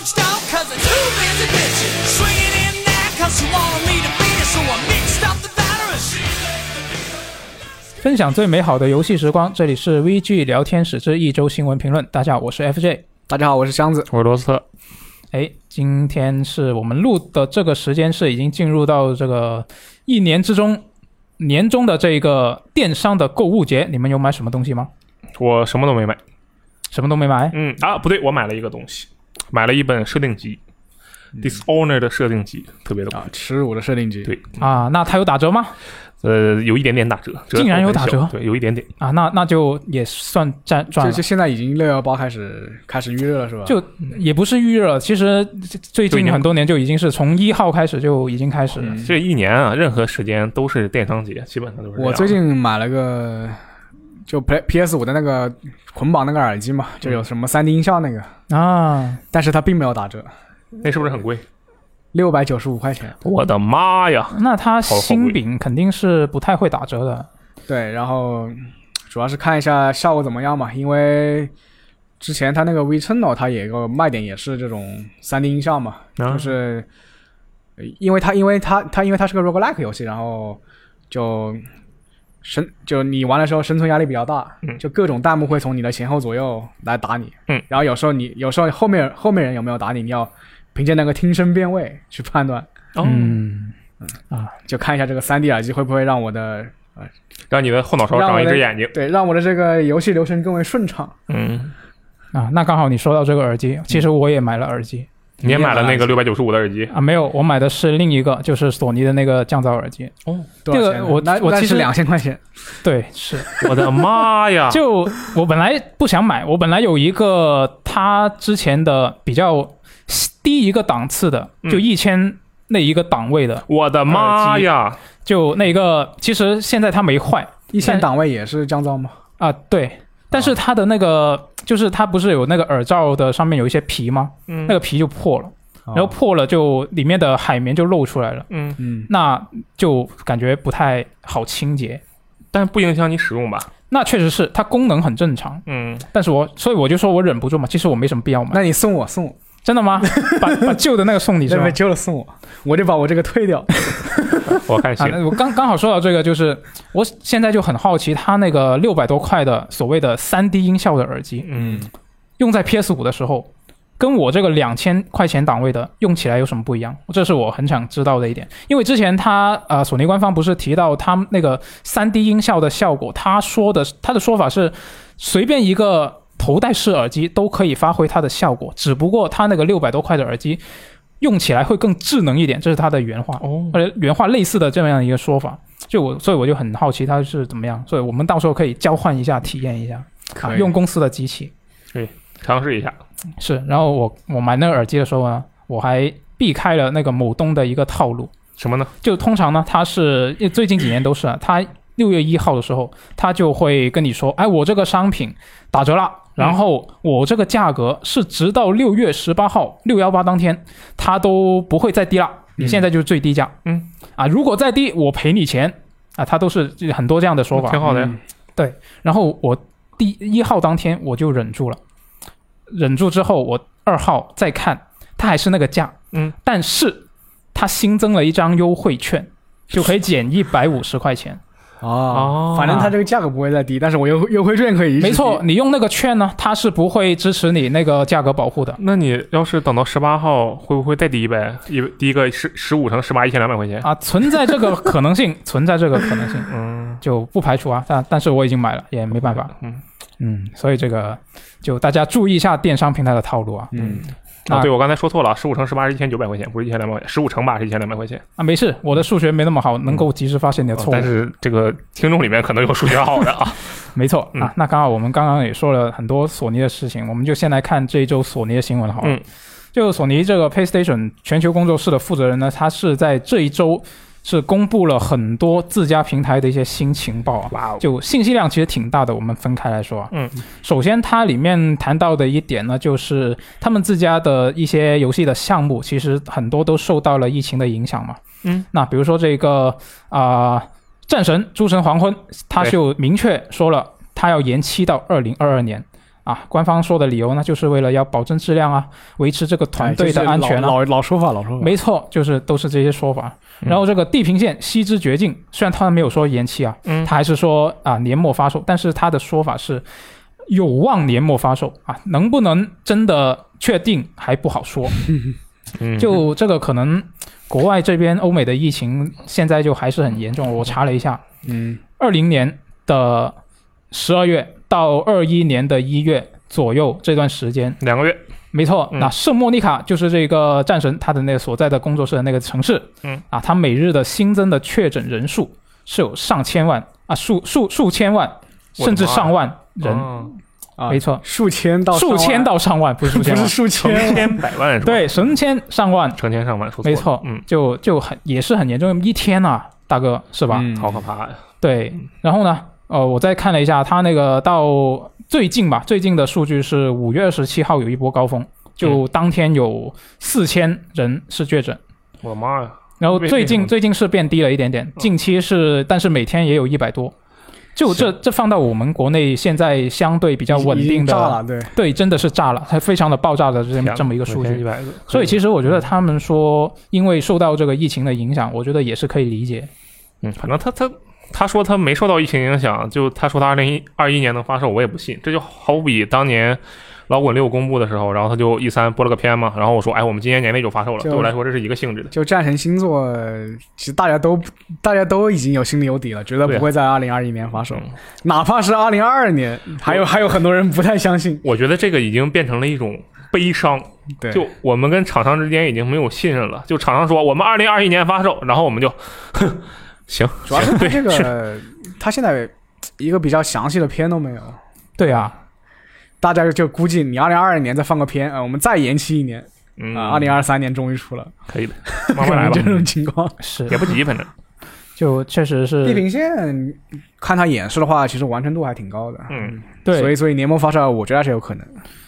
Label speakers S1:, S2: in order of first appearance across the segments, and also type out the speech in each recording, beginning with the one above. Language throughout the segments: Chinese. S1: was a too busy bitch. Swinging in there cause she wanted me to beat her, so I mixed up the batteries.
S2: 分享最美好的游戏时光，这里是 VG 聊天室之一周新闻评论。大家好，我是 FJ。
S3: 大家好，我是箱子。
S4: 我是罗斯特，
S2: 哎，今天是我们录的这个时间是已经进入到这个一年之中年中的这个电商的购物节，你们有买什么东西吗？
S4: 我什么都没买。
S2: 什么都没买，
S4: 嗯啊，不对，我买了一个东西，买了一本设定集、d
S2: 嗯
S4: i s o w n e r 的设定集，特别的棒。
S3: 啊，耻辱的设定集。
S4: 对，
S2: 啊，那它有打折吗？
S4: 呃，有一点点打折，折扣
S2: 竟然有
S4: 很
S2: 打
S4: 小
S2: 折
S4: 对，有一点点。
S2: 啊，那那就也算赚赚
S3: 就
S2: 了
S3: 就。现在已经六幺八开始开始预热了，是吧？
S2: 就也不是预热了，其实最
S4: 就已
S2: 近
S4: 经
S2: 很多年就已经是从一号开始就已经开始了。
S3: 嗯
S4: 这一年啊，任何时间都是电商节，基本上都是这样。
S3: 我最近买了个就 P P S 五的那个捆绑那个耳机嘛，
S4: 嗯
S3: 就有什么三 D 音效那个，
S2: 啊，
S3: 但是它并没有打折，
S4: 那是不是很贵？
S3: 六百九十五块钱。
S4: 我的妈呀！
S2: 那它
S4: 好好贵
S2: 新品肯定是不太会打折的。
S3: 对，然后主要是看一下效果怎么样嘛，因为之前它那个 V Channel 它也有个卖点也是这种三 D 音效嘛，
S4: 啊
S3: 就是呃因为它因为它它因为它是个 roguelike 游戏，然后就生就你玩的时候生存压力比较大，
S4: 嗯
S3: 就各种弹幕会从你的前后左右来打你，
S4: 嗯
S3: 然后有时候你有时候后面后面人有没有打你，你要凭借那个听声辨位去判断，
S4: 哦，
S2: 嗯，
S3: 就看一下这个三 D 耳机会不会让我的
S4: 让你的后脑勺
S3: 让
S4: 长
S3: 我
S4: 一
S3: 的
S4: 只眼睛。
S3: 对让我的这个游戏流程更为顺畅。
S4: 嗯，
S2: 啊，那刚好你说到这个耳机，其实我也买了耳机
S4: 你也买了那个六百九十五的耳 机？
S2: 啊，没有，我买的是另一个，就是索尼的那个降噪耳机。
S4: 哦，
S3: 多
S2: 这
S3: 少
S2: 个
S3: 钱呢
S2: 我
S3: 那
S2: 我
S3: 那
S2: 其
S3: 是
S2: 实
S3: 两千块钱，
S2: 对，是，
S4: 我的妈呀！
S2: 就我本来不想买，我本来有一个它之前的比较低一个档次的，就
S4: 嗯
S2: 一千那一个档位的，
S4: 我的妈呀！
S2: 就那个，其实现在它没坏
S3: 一线档位也是降噪吗？
S2: 啊，对，但是它的那个就是它不是有那个耳罩的上面有一些皮吗？
S4: 嗯
S2: 那个皮就破了，然后
S3: 哦
S2: 破了就里面的海绵就露出来了，
S4: 嗯，
S3: 嗯，
S2: 那就感觉不太好清洁。
S4: 但不影响你使用吧？
S2: 那确实是它功能很正常，
S4: 嗯，
S2: 但是我所以我就说我忍不住嘛，其实我没什么必要买。
S3: 那你送我送我，
S2: 真的吗？把把旧的那个送 你是
S3: 那
S2: 吧
S3: 被？救了送我，我就把我这个退掉。
S4: 我看
S2: 啊，
S4: 行。
S2: 那我刚刚好说到这个，就是我现在就很好奇，它那个六百多块的所谓的三 D 音效的耳机，
S4: 嗯，
S2: 用在 PS 五的时候，跟我这个两千块钱档位的用起来有什么不一样？这是我很想知道的一点。因为之前他呃，索尼官方不是提到他们那个三 D 音效的效果，他说的他的说法是，随便一个头戴式耳机都可以发挥它的效果，只不过它那个六百多块的耳机用起来会更智能一点，这是他的原话。
S4: 哦，
S2: 或者原话类似的这么样一个说法。就我，所以我就很好奇它是怎么样，所以我们到时候可以交换一下，体验一下，啊，用公司的机器
S4: 尝试一下。
S2: 是。然后我我买那个耳机的时候呢，我还避开了那个某东的一个套路，
S4: 什么呢？
S2: 就通常呢，它是因为最近几年都是啊，它六月一号的时候，它就会跟你说，哎，我这个商品打折了，然后我这个价格是直到六月十八号六幺八当天，它都不会再低了，你现在就是最低价，
S4: 嗯，
S2: 啊，如果再低，我赔你钱，啊，它都是很多这样的说法，
S4: 挺好的呀。
S3: 嗯
S2: 然后我第一号当天我就忍住了，忍住之后我二号再看，它还是那个价，
S4: 嗯，
S2: 但是它新增了一张优惠券，就可以减一百五十块钱。
S3: 哦
S4: 哦，
S3: 反正它这个价格不会再低，但是我优优惠券可以一直
S2: 没错，
S3: 低
S2: 你用那个券呢，它是不会支持你那个价格保护的。
S4: 那你要是等到十八号，会不会再低呗？一第一个十十五乘十八，一千两百块钱。
S2: 啊，存在这个可能性，存在这个可能性，
S4: 嗯，
S2: 就不排除啊。但但是我已经买了，也没办法。
S4: 嗯
S2: 嗯，所以这个就大家注意一下电商平台的套路啊。
S3: 嗯，
S4: 啊，
S2: 啊
S4: 对我刚才说错了，十五乘十八是一千九百块钱，不是一千两百块钱。十五乘八是一千两百块钱。
S2: 啊，没事，我的数学没那么好，能够及时发现你的错误。
S4: 但是这个听众里面可能有数学好的啊。
S2: 没错
S4: 嗯
S2: 啊，那刚好我们刚刚也说了很多索尼的事情，我们就先来看这一周索尼的新闻好了。
S4: 嗯
S2: 就索尼这个 PlayStation 全球工作室的负责人呢，他是在这一周是公布了很多自家平台的一些新情报啊，
S4: 哇哦
S2: 就信息量其实挺大的。我们分开来说啊，
S4: 嗯，
S2: 首先它里面谈到的一点呢，就是他们自家的一些游戏的项目，其实很多都受到了疫情的影响嘛。
S4: 嗯，
S2: 那比如说这个啊、战神诸神黄昏，它
S4: 对
S2: 就明确说了，它要延期到二零二二年。啊，官方说的理由呢，就是为了要保证质量啊，维持这个
S4: 哎
S2: 团队的安全啊。
S3: 哎老老说法，老说法。
S2: 没错，就是都是这些说法。
S4: 嗯
S2: 然后这个《地平线：西之绝境》，虽然他没有说延期啊，
S4: 嗯
S2: 他还是说啊年末发售，但是他的说法是有望年末发售啊，能不能真的确定还不好说。
S4: 嗯，
S2: 就这个可能，国外这边欧美的疫情现在就还是很严重。我查了一下，
S3: 嗯，
S2: 二零年的十二月到二一年的一月左右这段时间，
S4: 两个月，
S2: 没错，
S4: 嗯
S2: 那圣莫妮卡就是这个战神他的那个所在的工作室的那个城市，
S4: 嗯，
S2: 啊，他每日的新增的确诊人数是有上千万啊，数数数千万，
S4: 我的妈呀
S2: 甚至上万人，
S4: 啊
S3: 啊
S2: 没，错，
S3: 数千到上
S2: 数
S3: 万
S2: 千到上万，不是数
S3: 不
S2: 千
S3: 是
S2: 万，
S3: 数
S4: 成
S3: 千，
S4: 千百万是吧？，
S2: 对，成千上万，
S4: 成千上万，说错了
S2: 没错，
S4: 嗯，
S2: 就就很也是很严重，一天啊，大哥是吧？
S3: 嗯
S4: 好可怕呀，哎
S2: 对，然后呢，呃，我再看了一下，它那个到最近吧，最近的数据是五月二十七号有一波高峰，
S4: 嗯
S2: 就当天有四千人是确诊，
S4: 我的妈呀，
S2: 然后
S4: 为
S2: 最
S4: 为什
S2: 近
S4: 么
S2: 最近是变低了一点
S3: 嗯
S2: 点，近期是，但是每天也有一百多。就这这放到我们国内现在相对比较稳
S3: 已
S2: 定
S3: 经
S2: 的，
S3: 炸了，对，
S2: 对，真的是炸了，它非常的爆炸的这么这么一个数据
S4: 一。百个，
S2: 所以其实我觉得他们说，因为受到这个疫情的影响，我觉得也是可以理解。
S4: 嗯，反正他他他说他没受到疫情影响，就他说他二零一二一年能发售，我也不信。这就好比当年老滚六公布的时候，然后他就 E 三播了个片嘛，然后我说哎，我们今年年内就发售了，
S3: 就
S4: 对我来说这是一个性质的。
S3: 就战神星座，呃其实大家都大家都已经有心里有底了，觉得
S4: 对
S3: 不会在二零二一年发售
S4: 嗯，
S3: 哪怕是二零二二年，还有还有很多人不太相信，
S4: 我觉得这个已经变成了一种悲伤，
S3: 对，
S4: 就我们跟厂商之间已经没有信任了。就厂商说我们二零二一年发售，然后我们就，哼，行，
S3: 主要是他
S4: 对
S3: 这
S4: 是
S3: 个他现在一个比较详细的片都没有，
S2: 对啊，
S3: 大家就估计你二零二二年再放个片，呃，我们再延期一年，
S4: 嗯，
S3: 啊，二零二三年终于出了，
S4: 可以的，慢慢来
S3: 这
S4: 吧，
S3: 种情况。
S2: 是
S4: 也，不急，反正
S2: 就确实
S3: 地
S2: 是，
S3: 平线看他演示的话，其实完成度还挺高的，
S4: 嗯，
S3: 所
S2: 对，
S3: 以所以年末发售，我觉得还是有可能。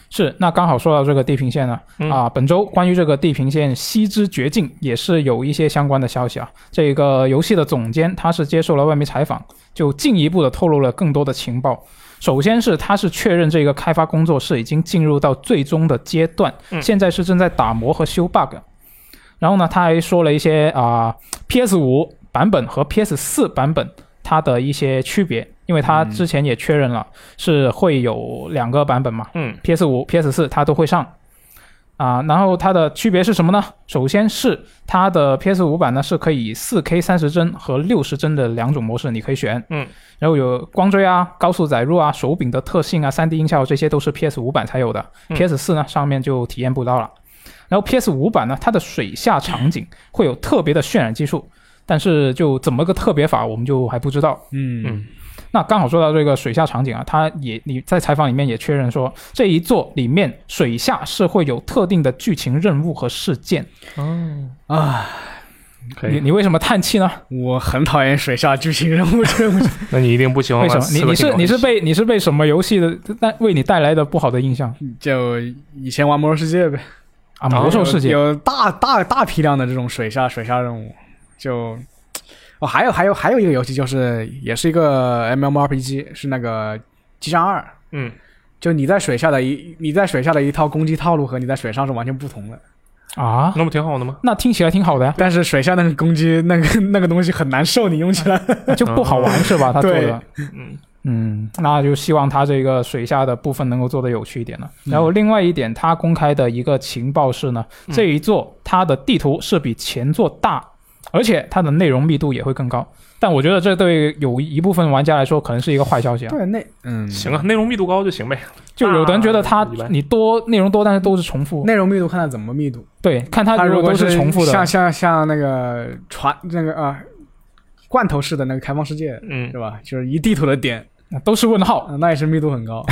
S2: 是。那刚好说到这个地平线呢，
S4: 嗯
S2: 啊，本周关于这个地平线西之绝境也是有一些相关的消息啊。这个游戏的总监他是接受了外媒采访，就进一步的透露了更多的情报。首先是他是确认这个开发工作室已经进入到最终的阶段，
S4: 嗯
S2: 现在是正在打磨和修 bug。然后呢，他还说了一些啊、PS 五版本和 PS 四版本它的一些区别，因为
S4: 嗯
S2: 他之前也确认了是会有两个版本嘛，
S4: 嗯
S2: PS 五、PS 四它都会上啊。然后它的区别是什么呢？首先是它的 PS 五版呢是可以4 K 三十帧和六十帧的两种模式你可以选，
S4: 嗯，
S2: 然后有光追啊、高速载入啊、手柄的特性啊、3D 音效这些都是 PS 五版才有的、
S4: 嗯
S2: p s 四呢上面就体验不到了。然后 PS 五版呢，它的水下场景会有特别的渲染技术，但是就怎么个特别法，我们就还不知道。
S3: 嗯
S4: 嗯
S2: 那刚好说到这个水下场景啊，他也你在采访里面也确认说，这一座里面水下是会有特定的剧情任务和事件。
S3: 啊，
S4: 可
S2: 你
S4: 以。
S2: 你为什么叹气呢？
S3: 我很讨厌水下剧情任务这种。
S4: 那你一定不喜欢
S2: 为什
S4: 玩
S2: 么？
S4: 刺
S2: 你
S4: 客
S2: 你
S4: 信条
S2: 是你是被你是被什么游戏的带为你带来的不好的印象
S3: 就以前玩《魔兽世界》呗，
S2: 啊？魔兽世界
S3: 有有大大大批量的这种水下水下任务，就哦，还有还有还有一个游戏就是也是一个 MMORPG，是那个《机战二》，
S4: 嗯，
S3: 就你在水下的一你在水下的一套攻击套路和你在水上是完全不同的，，
S2: 啊，
S4: 那不挺好的吗？
S2: 那听起来挺好的呀
S3: 但是水下那个攻击那个那个东西很难受，你用起来。
S2: 那 就不好玩是吧？他做的。
S4: 嗯，
S2: 嗯，那就希望他这个水下的部分能够做得有趣一点了。然后另外一点，他公开的一个情报是呢，
S4: 嗯
S2: 这一座它的地图是比前座大，而且它的内容密度也会更高。但我觉得这对有一部分玩家来说可能是一个坏消息啊。
S3: 对，那嗯，
S4: 行啊，内容密度高就行呗。
S2: 就有的人觉得它
S4: 啊一般
S2: 你多内容多，但是都是重复。
S3: 内容密度看它怎么密度。
S2: 对，看它
S3: 它
S2: 如
S3: 如
S2: 果
S3: 果
S2: 都是重复的，
S3: 像像像那个船那个啊、罐头式的那个开放世界
S4: 嗯
S3: 是吧？就是一地图的点，
S2: 都是问号。
S3: 啊那也是密度很高。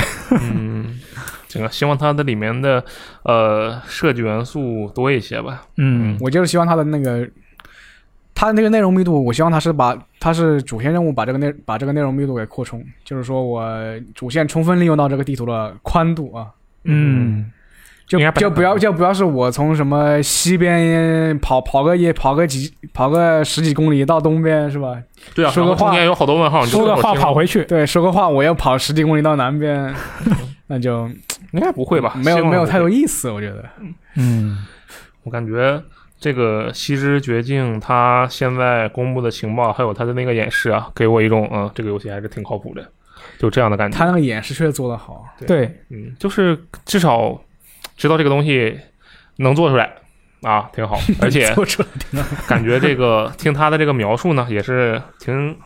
S4: 嗯，这个希望它的里面的呃设计元素多一些吧。
S2: 嗯，
S3: 我就是希望它的那个，它那个内容密度，我希望它是把它是主线任务把这个内把这个内容密度给扩充，就是说我主线充分利用到这个地图的宽度啊。
S2: 嗯，
S3: 就
S4: 应该把它
S3: 就不要就不要是我从什么西边跑跑个一跑个几跑个十几公里到东边是吧？
S4: 对啊，
S3: 说个
S4: 然后中
S3: 话
S4: 间有好多问号，你就
S2: 说个
S4: 不
S2: 话
S4: 好听
S2: 跑回去，
S3: 对，说个话我要跑十几公里到南边，那就
S4: 应该不会吧？
S3: 没
S4: 希
S3: 有
S4: 望
S3: 没有
S4: 不会
S3: 太多意思，我觉得。
S2: 嗯，
S4: 我感觉这个《西之绝境》它现在公布的情报，还有它的那个演示啊，给我一种嗯，这个游戏还是挺靠谱的，就这样的感觉。
S3: 他那个演示确实做得好，
S2: 对，
S4: 嗯，就是至少知道这个东西能做出来啊， 挺好。而且
S3: 做出来
S4: 感觉 这个听他的这个描述呢，也是挺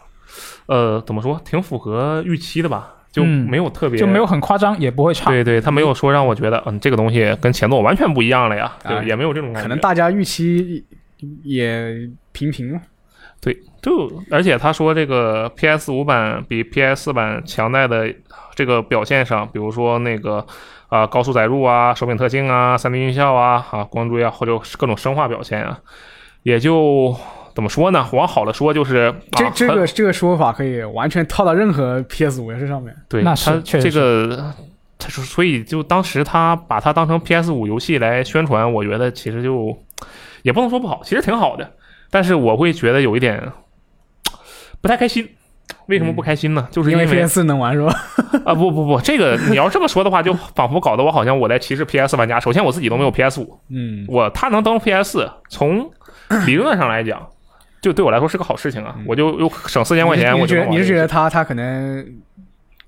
S4: 呃怎么说，挺符合预期的吧，就
S2: 嗯
S4: 没有特别、
S2: 就没有。很夸张，也不会差。
S4: 对对，他没有说让我觉得，嗯，这个东西跟前作完全不一样了呀，对，
S3: 哎
S4: 也没有这种感觉。
S3: 可能大家预期也平平
S4: 啊
S3: 嘛。
S4: 对，就而且他说这个 PS 五版比 PS 四版强在的这个表现上，比如说那个啊、高速载入啊、手柄特性啊、三 D 音效啊、啊光追啊，或者各种生化表现啊，也就怎么说呢？往好了说就是、啊、
S3: 这这
S4: 很
S3: 个这个说法可以完全套到任何 PS 五游戏上面。
S4: 对，
S2: 那
S4: 他
S2: 是确
S4: 这
S2: 实
S4: 个。他说，所以就当时他把它当成 PS 五游戏来宣传，我觉得其实就也不能说不好，其实挺好的。但是我会觉得有一点不太开心。为什么不开心呢？就是
S3: 嗯因
S4: 为
S3: 为 PS 四能玩是吧？
S4: 啊，不不不，这个你要这么说的话，就仿佛搞得我好像我在歧视 PS 玩家。首先我自己都没有 PS 五，
S3: 嗯，
S4: 我他能登 PS，从理论上来讲，就对我来说是个好事情啊。我就又省四千块钱，
S3: 嗯你
S4: 我
S3: 是
S4: 就
S3: 觉
S4: 能
S3: 得你
S4: 玩
S3: 是觉
S4: 这
S3: 得
S4: 个
S3: 他他可能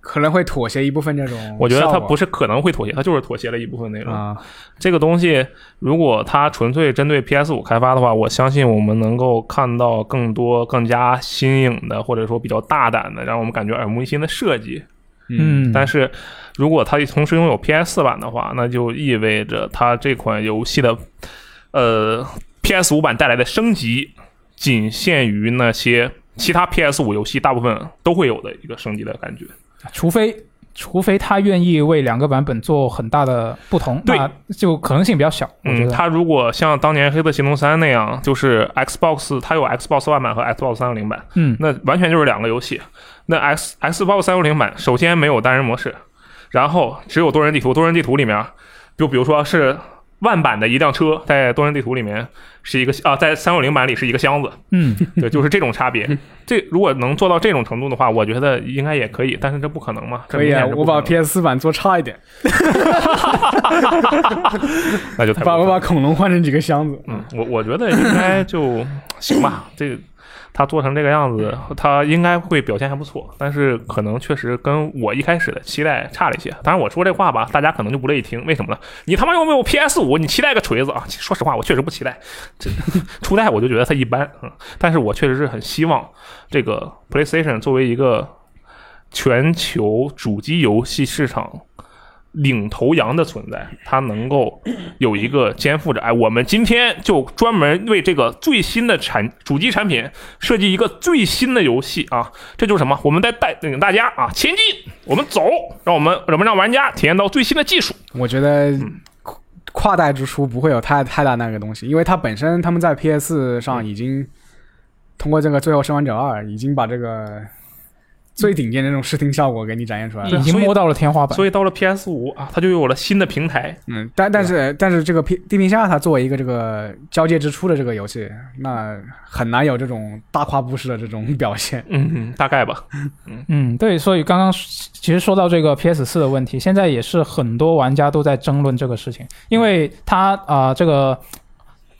S3: 可能会妥协一部分这种？
S4: 我觉得他不是可能会妥协，他就是妥协了一部分内容。
S3: 啊，
S4: 这个东西如果它纯粹针对 PS 五开发的话，我相信我们能够看到更多更加新颖的，或者说比较大胆的，让我们感觉耳目一新的设计。
S2: 嗯，
S4: 但是如果它同时拥有 PS 版的话，那就意味着它这款游戏的呃 PS 五版带来的升级，仅限于那些其他 PS 五游戏大部分都会有的一个升级的感觉。
S2: 除非除非他愿意为两个版本做很大的不同，
S4: 对
S2: 那就可能性比较小。我觉
S4: 嗯，
S2: 得，
S4: 它如果像当年《黑色行动三》那样，就是 Xbox 它有 Xbox One 版和 Xbox 三六零版，
S2: 嗯，
S4: 那完全就是两个游戏。那 X Xbox 三六零版首先没有单人模式，然后只有多人地图。多人地图里面，就比如说是万版的一辆车，在多人地图里面是一个啊，在三六零版里是一个箱子，
S2: 嗯，
S4: 对，就是这种 差别。这如果能做到这种程度的话，我觉得应该也可以，但是这不可能嘛？这
S3: 可以
S4: 明
S3: 啊，
S4: 显是
S3: 我
S4: 不可
S3: 把
S4: 能
S3: PS 四版做差一点，
S4: 那就太
S3: 把我
S4: 过分
S3: 把
S4: 了
S3: 恐龙换成几个箱子。
S4: 嗯，我我觉得应该就行吧。这他做成这个样子，他应该会表现还不错，但是可能确实跟我一开始的期待差了一些。当然，我说这话吧，大家可能就不乐意听，为什么呢？你他妈又没有 PS 五，你期待个锤子啊！其实说实话，我确实不期待。这 初代我就觉得它一般，嗯，但是我确实是很希望这个 PlayStation 作为一个全球主机游戏市场领头羊的存在，它能够有一个肩负着，哎，我们今天就专门为这个最新的产主机产品设计一个最新的游戏啊，这就是什么？我们在带领大家啊前进，我们走，让我们我们让玩家体验到最新的技术。
S3: 我觉得跨跨代之出不会有太太大那个东西，因为它本身他们在 PS
S4: 嗯
S3: 上已经通过这个《最后生还者二》已经把这个最顶尖的那种视听效果给你展现出来了。
S2: 已经
S4: 嗯所以
S2: 摸到了天花板。
S4: 所以到了 PS 五啊，它就有了新的平台，
S3: 嗯，但但是
S4: 啊
S3: 但是这个《地地平线》它作为一个这个交界之初的这个游戏，那很难有这种大跨步式的这种表现。
S4: 嗯，大概吧。
S2: 嗯，对，所以刚刚其实说到这个 PS 四的问题，现在也是很多玩家都在争论这个事情，因为他啊、呃这个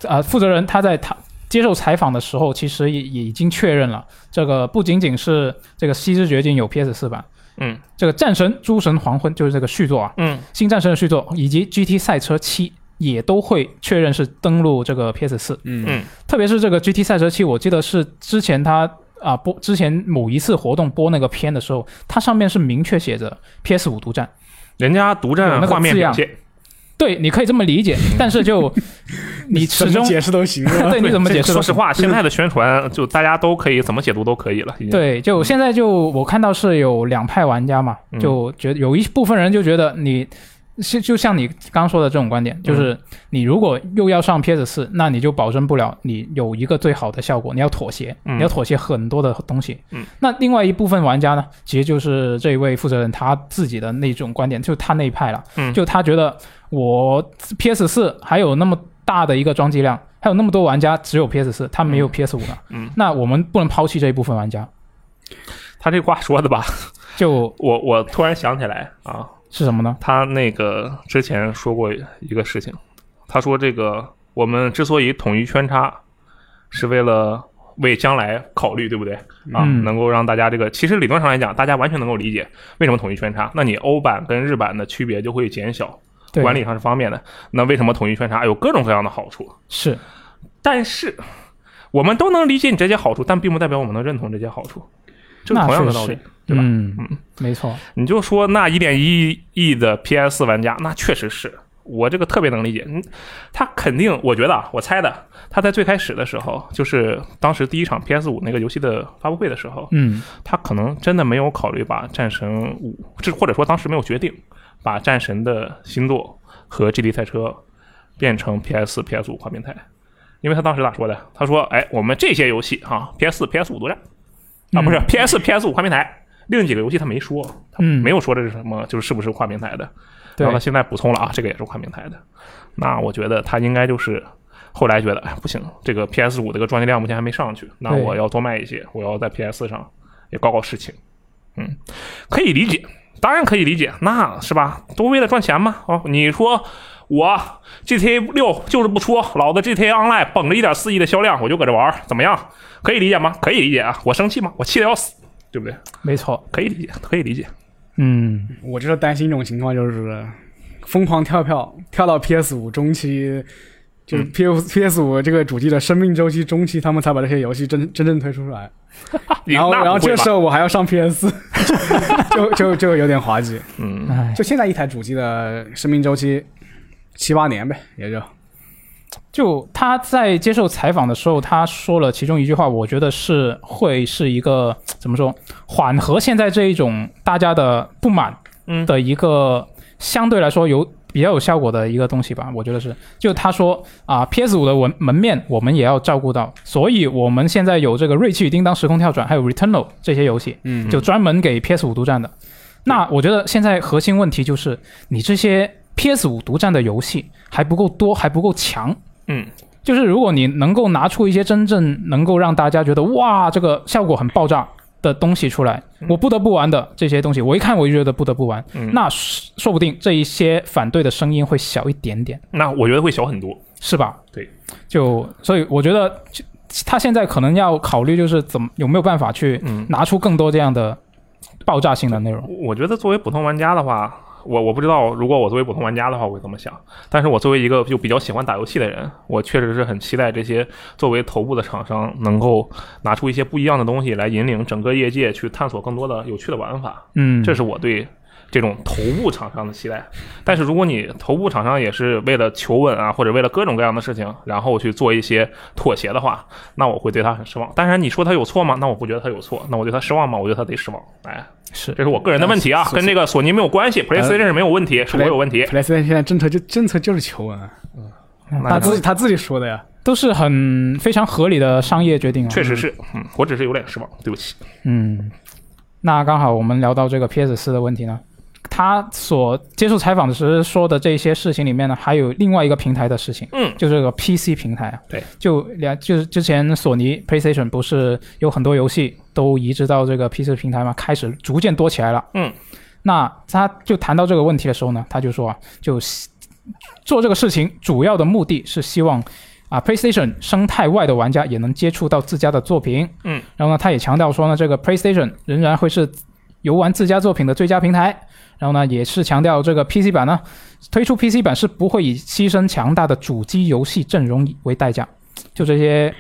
S2: 呃负责人他在他接受采访的时候，其实也也已经确认了，这个不仅仅是这个《西之绝境》有 PS 四版，
S4: 嗯
S2: 这个《战神：诸神黄昏》就是这个续作啊，
S4: 嗯，
S2: 《新战神》的续作以及 GT 赛车七也都会确认是登陆这个 PS 四，
S3: 嗯
S4: 嗯
S2: 特别是这个 GT 赛车七，我记得是之前它啊播之前某一次活动播那个片的时候，它上面是明确写着 PS 五独占，
S4: 人家独
S2: 有那
S4: 占
S2: 个
S4: 画面
S2: 字
S4: 表
S2: 样
S4: 现，
S2: 对，你可以这么理解，但是就你
S3: 怎
S2: 始
S3: 么
S2: 终
S3: 解释都行，是吧
S2: 对你怎么
S4: 这
S2: 解
S4: 个
S2: 释都
S4: 说实话，现在的宣传就大家都可以怎么解读都可以了。已经，
S2: 对，就现在就我看到是有两派玩家嘛，
S4: 嗯
S2: 就觉得有一部分人就觉得你。是就像你刚刚说的这种观点，
S4: 嗯
S2: 就是你如果又要上 PS 四，那你就保证不了你有一个最好的效果，你要妥协，
S4: 嗯
S2: 你要妥协很多的东西。
S4: 嗯，
S2: 那另外一部分玩家呢，其实就是这一位负责人他自己的那种观点，就是他那一派了，
S4: 嗯
S2: 就他觉得我 PS 四还有那么大的一个装机量，还有那么多玩家只有 PS 四，他没有 PS 五了，
S4: 嗯，
S2: 那我们不能抛弃这一部分玩家，
S4: 他这话说的吧，
S2: 就
S4: 我我突然想起来啊，
S2: 是什么呢？
S4: 他那个之前说过一个事情，他说这个我们之所以统一圈叉，是为了为将来考虑，对不对？啊，
S2: 嗯
S4: 能够让大家这个，其实理论上来讲，大家完全能够理解为什么统一圈叉。那你欧版跟日版的区别就会减小，
S2: 对，
S4: 管理上是方便的。那为什么统一圈叉有哎各种各样的好处？
S2: 是
S4: 但是我们都能理解你这些好处，但并不代表我们能认同这些好处，就是
S2: 那
S4: 同样的
S2: 确
S4: 道理
S2: 实。
S4: 对吧
S2: 嗯
S4: 嗯，
S2: 没错，
S4: 你就说那一点一亿的 PS 玩家，那确实是我这个特别能理解。嗯，他肯定，我觉得啊，我猜的，他在最开始的时候，就是当时第一场 PS 五那个游戏的发布会的时候，
S2: 嗯，
S4: 他可能真的没有考虑把战神五，这或者说当时没有决定把战神的星座和 GD 赛车变成 PS、PS 五跨平台，因为他当时咋说的？他说：“哎，我们这些游戏哈、PS、PS 五独占啊，不是 PS、PS 五跨平台。”另几个游戏他没说，他
S2: 嗯
S4: 没有说这是什么，就是是不是跨平台的。
S2: 对
S4: 然后他现在补充了啊，这个也是跨平台的。那我觉得他应该就是后来觉得，哎，不行，这个 PS 五这个装机量目前还没上去，那
S2: 对
S4: 我要多卖一些，我要在 PS 上也搞搞事情。嗯，可以理解，当然可以理解，那是吧？都为了赚钱嘛。哦，你说我 GTA 六就是不出，老子 GTA Online 捧着一点四亿的销量，我就搁这玩儿，怎么样？可以理解吗？可以理解啊，我生气吗？我气得要死，对不对？
S2: 没错，
S4: 可以理解，可以理解。啊
S2: 嗯，
S3: 我就是担心一种情况，就是疯狂跳票，跳到 PS 五中期，就是
S4: 嗯
S3: PS PS 五这个主机的生命周期中期，他们才把这些游戏真真正推出出来。
S4: 你
S3: 然后，
S4: 那不
S3: 然后
S4: 会
S3: 这
S4: 吧
S3: 时候我还要上 PS，就就就有点滑稽。
S4: 嗯，
S2: 哎，
S3: 就现在一台主机的生命周期七八年呗，也就
S2: 就他在接受采访的时候，他说了其中一句话，我觉得是会是一个怎么说，缓和现在这一种大家的不满
S4: 嗯
S2: 的一个相对来说有比较有效果的一个东西吧，我觉得是。就他说啊，PS 五的文门面我们也要照顾到，所以我们现在有这个《锐气与叮当：时空跳转》还有《Returnal》这些游戏，
S3: 嗯
S2: 就专门给 PS 五独占的。那我觉得现在核心问题就是你这些 PS 五独占的游戏还不够多，还不够强。
S4: 嗯，
S2: 就是如果你能够拿出一些真正能够让大家觉得哇，这个效果很爆炸的东西出来，我不得不玩的这些东西，我一看我就觉得不得不玩，
S4: 嗯
S2: 那说说不定这一些反对的声音会小一点点，
S4: 那我觉得会小很多。
S2: 是吧？
S4: 对，
S2: 就所以我觉得就他现在可能要考虑就是怎么有没有办法去
S4: 嗯
S2: 拿出更多这样的爆炸性的内容。
S4: 我觉得作为普通玩家的话，我我不知道，如果我作为普通玩家的话，我会怎么想。但是我作为一个就比较喜欢打游戏的人，我确实是很期待这些作为头部的厂商能够拿出一些不一样的东西来引领整个业界去探索更多的有趣的玩法。
S2: 嗯，
S4: 这是我对这种头部厂商的期待。但是如果你头部厂商也是为了求稳啊，或者为了各种各样的事情，然后去做一些妥协的话，那我会对他很失望。当然，你说他有错吗？那我不觉得他有错。那我对他失望吗？我觉得他得失望。哎，
S2: 是
S4: 这是我个人的问题啊，
S3: 是
S4: 跟这个索尼没有关系，PlayStation 是没有问题，是我有问题。
S3: PlayStation 现在政策就政策就是求稳啊，
S4: 那
S3: 他
S4: 就
S3: 自己他自己说的呀。
S2: 都是很非常合理的商业决定啊。
S4: 确实是，嗯，我只是有点失望，对不起。
S2: 嗯，那刚好我们聊到这个 PS 四的问题呢，他所接受采访时说的这些事情里面呢，还有另外一个平台的事情，
S4: 嗯
S2: 就是这个 PC 平台啊，
S4: 对，
S2: 就两就是之前索尼 PlayStation 不是有很多游戏都移植到这个 PC 平台嘛，开始逐渐多起来了，
S4: 嗯，
S2: 那他就谈到这个问题的时候呢，他就说啊，就希做这个事情主要的目的是希望。啊，PlayStation 生态外的玩家也能接触到自家的作品，然后呢，他也强调说呢，这个 PlayStation 仍然会是游玩自家作品的最佳平台。然后呢，也是强调这个 PC 版呢，推出 PC 版是不会以牺牲强大的主机游戏阵容为代价。就这些，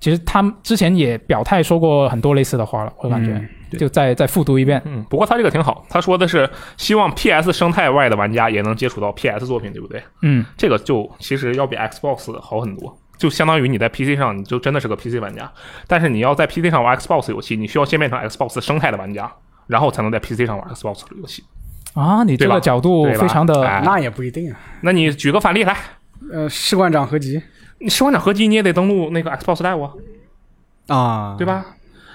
S2: 其实他们之前也表态说过很多类似的话了，我感觉、
S3: 嗯
S4: 对
S2: 就再再复读一遍。
S4: 嗯，不过他这个挺好，他说的是希望 PS 生态外的玩家也能接触到 PS 作品，对不对？
S2: 嗯，
S4: 这个就其实要比 Xbox 好很多，就相当于你在 PC 上，你就真的是个 PC 玩家。但是你要在 PC 上玩 Xbox 游戏，你需要先变成 Xbox 生态的玩家，然后才能在 PC 上玩 Xbox 游戏。
S2: 啊，你这
S4: 对吧
S2: 个角度
S4: 对吧
S2: 非常的
S4: 哎
S3: 那也不一定啊。
S4: 那你举个反例来，
S3: 呃，士官长合集
S4: 你《士官长合集》你也得登录那个 Xbox Live 啊，
S3: 啊，
S4: 对？吧？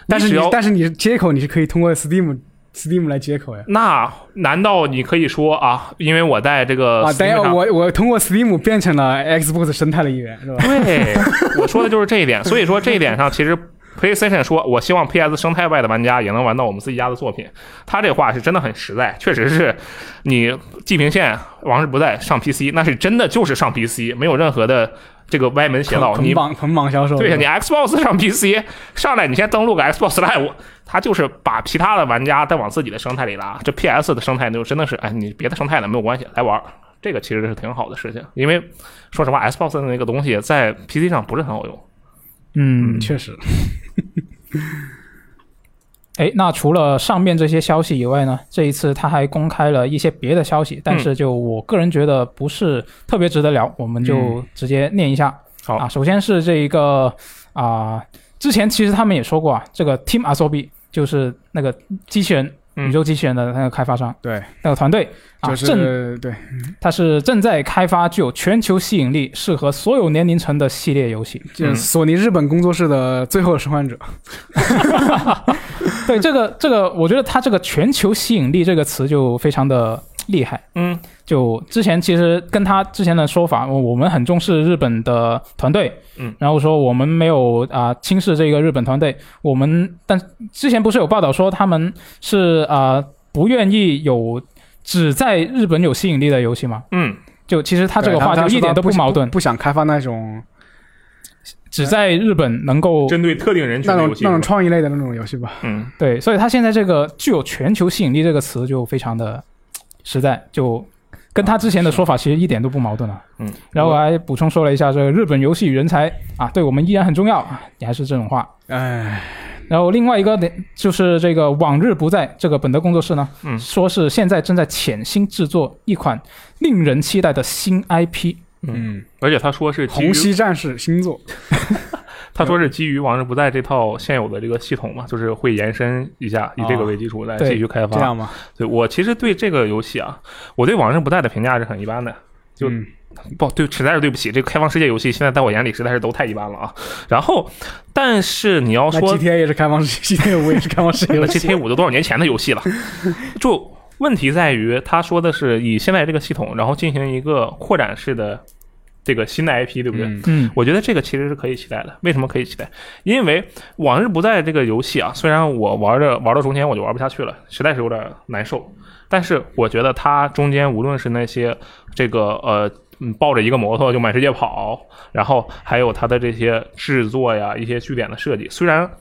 S3: 但是
S4: 嗯你只
S3: 你
S4: 要
S3: 但是你接口你是可以通过 Steam Steam 来接口呀。
S4: 那难道你可以说啊？因为我在这个
S3: 啊，等一
S4: 呃
S3: 下，
S4: Steam 上
S3: 我我通过 Steam 变 成了 Xbox 生态的一员，是吧？
S4: 对，我说的就是这一点。所以说这一点上，其实 PlayStation 说：“我希望 PS 生态外的玩家也能玩到我们自己家的作品。”他这话是真的很实在，确实是你地平线往日不在上 PC，那是真的就是上 PC，没有任何的这个歪门邪道。
S3: 捆
S4: 你
S3: 绑捆绑销售，嗯
S4: 对呀，你 Xbox 上 PC 上来，你先登录个 Xbox Live，它就是把其他的玩家再往自己的生态里拉。这 PS 的生态就真的是，哎，你别的生态了没有关系，来玩儿。这个其实是挺好的事情，因为说实话，Xbox 的那个东西在 PC 上不是很好用。
S2: 嗯，
S3: 确实，
S2: 哎，那除了上面这些消息以外呢，这一次他还公开了一些别的消息，但
S4: 嗯
S2: 是就我个人觉得不是特别值得聊，我们就直接念一下。
S4: 嗯好
S2: 啊，首先是这一个啊、之前其实他们也说过啊，这个 Team Asobi 就是那个机器人。
S4: 嗯
S2: 宇宙机器人的那个开发商，
S3: 对，
S2: 那个团队啊，
S3: 就
S2: 正
S3: 是对
S2: 它是正在开发具有全球吸引力、适合所有年龄层的系列游戏。
S3: 就是
S4: 嗯
S3: 索尼日本工作室的《最后的生还者》，
S2: 对这个这个，我觉得它这个“全球吸引力”这个词就非常的厉害。
S4: 嗯，
S2: 就之前其实跟他之前的说法，我我们很重视日本的团队，
S4: 嗯，
S2: 然后说我们没有啊、轻视这个日本团队，我们但之前不是有报道说他们是啊、不愿意有只在日本有吸引力的游戏吗？
S4: 嗯，
S2: 就其实他这个
S3: 对
S2: 话就一点都不矛盾
S3: 不，想开发那种
S2: 只在日本能够
S4: 针对特定人群
S3: 那
S4: 的
S3: 种
S4: 游戏
S3: 那种
S4: 是吧
S3: 创意类的那种游戏吧。
S4: 嗯
S2: 对，所以他现在这个具有全球吸引力这个词就非常的呃实在，就跟他之前的说法其实一点都不矛盾啊。
S4: 嗯，
S2: 然后我还补充说了一下，这个日本游戏人才啊，对我们依然很重要啊，也还是这种话。
S3: 哎，
S2: 然后另外一个呢，就是这个往日不在这个本德工作室呢，
S4: 嗯
S2: 说是现在正在潜心制作一款令人期待的新 IP。
S3: 嗯，
S4: 而且他说是基于
S3: 红嗯溪战士星座，
S4: 他说是基于《往日不在》这套现有的这个系统嘛，就是会延伸一下，以这个为基础来
S2: 对
S4: 继续开
S3: 啊这
S4: 发。
S3: 样吗？
S4: 对我其实对这个游戏啊，我对《往日不在》的评价是很一般的，就
S3: 嗯
S4: 不对，实在是对不起，这个开放世界游戏现在在我眼里实在是都太一般了啊。然后，但是你要
S3: 那
S4: 说
S3: GTA 也是开放世界，GTA 五也是开放世界
S4: 那
S3: 游
S4: GTA
S3: 戏。嗯
S4: 五都多少年前的游戏了， 就问题在于他说的是以现在这个系统，然后进行一个扩展式的这个新的 IP，对不对？
S3: 嗯
S2: 嗯
S4: 我觉得这个其实是可以期待的。为什么可以期待？因为《往日不在》这个游戏啊，虽然我玩着玩到中间我就玩不下去了，实在是有点难受，但是我觉得它中间无论是那些这个呃。嗯，抱着一个摩托就满世界跑，然后还有它的这些制作呀、一些据点的设计，虽然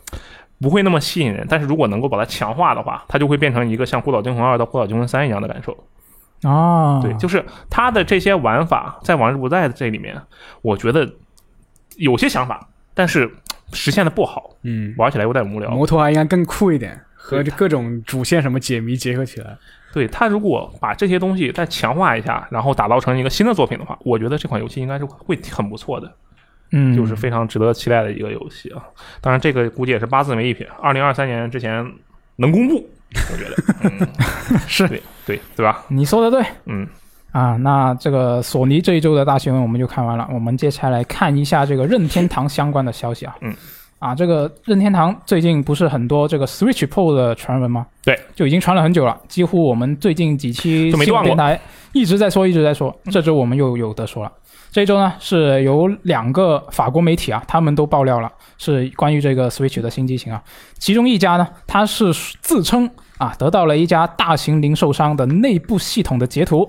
S4: 不会那么吸引人，但是如果能够把它强化的话，它就会变成一个像《孤岛惊魂二》到《孤岛惊魂三》一样的感受。
S2: 啊，
S4: 对，就是它的这些玩法在《往日不在》这里面，我觉得有些想法，但是实现的不好，
S3: 嗯，
S4: 玩起来有点无聊。
S3: 摩托还应该更酷一点，和
S4: 对
S3: 各种主线什么解谜结合起来。
S4: 对它如果把这些东西再强化一下，然后打造成一个新的作品的话，我觉得这款游戏应该是会很不错的，
S2: 嗯，
S4: 就是非常值得期待的一个游戏啊。当然，这个估计也是八字没一撇，二零二三年之前能公布，我觉得，嗯、
S3: 是
S4: 对对对吧？
S2: 你说的对。
S4: 嗯，
S2: 啊，那这个索尼这一周的大新闻我们就看完了，我们接下来看一下这个任天堂相关的消息啊。
S4: 嗯。
S2: 啊，这个任天堂最近不是很多这个 Switch Pro 的传闻吗？
S4: 对，
S2: 就已经传了很久了，几乎我们最近几期
S4: 就没
S2: 新
S4: 断
S2: 闻
S4: 过
S2: 电
S4: 嗯
S2: 台一直在说，一直在说。这周我们又有得说了。这一周呢，是有两个法国媒体啊，他们都爆料了，是关于这个 Switch 的新机型啊。其中一家呢，它是自称啊得到了一家大型零售商的内部系统的截图，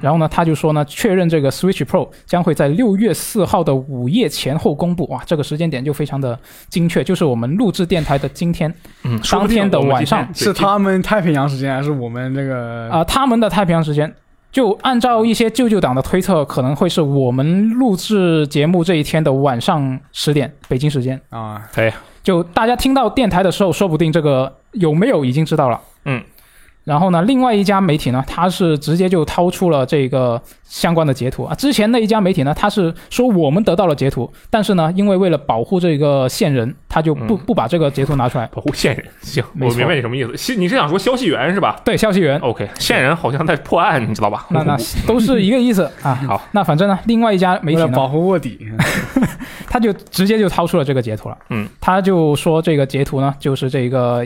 S2: 然后呢，他就说呢，确认这个 Switch Pro 将会在六月四号的午夜前后公布。哇，这个时间点就非常的精确，就是我们录制电台的今天
S4: 嗯，说不
S2: 当
S4: 定
S2: 天的
S4: 我们
S2: 晚
S4: 今天
S2: 上
S4: 对
S3: 是他们太平洋时间，还是我们这个
S2: 啊、他们的太平洋时间。就按照一些旧旧党的推测，可能会是我们录制节目这一天的晚上十点，北京时间。
S3: 啊？
S2: 就大家听到电台的时候，说不定这个有没有已经知道了。
S4: 嗯。
S2: 然后呢，另外一家媒体呢，它是直接就掏出了这个相关的截图啊。之前那一家媒体呢，它是说我们得到了截图，但是呢，因为为了保护这个线人，他就不
S4: 嗯
S2: 不把这个截图拿出来。
S4: 保护线人，行，
S2: 没
S4: 我
S2: 错
S4: 明白你什么意思。是你是想说消息源是吧？
S2: 对，消息
S3: 哦
S2: 源，
S4: OK，线人好像在破案，你知道吧？
S2: 那那都是一个意思 啊。
S4: 好，
S2: 那反正呢，另外一家媒
S3: 为
S2: 体
S3: 了
S2: 呢，
S3: 保护卧底，
S2: 他就直接就掏出了这个截图了。
S4: 嗯，
S2: 他就说这个截图呢，就是这个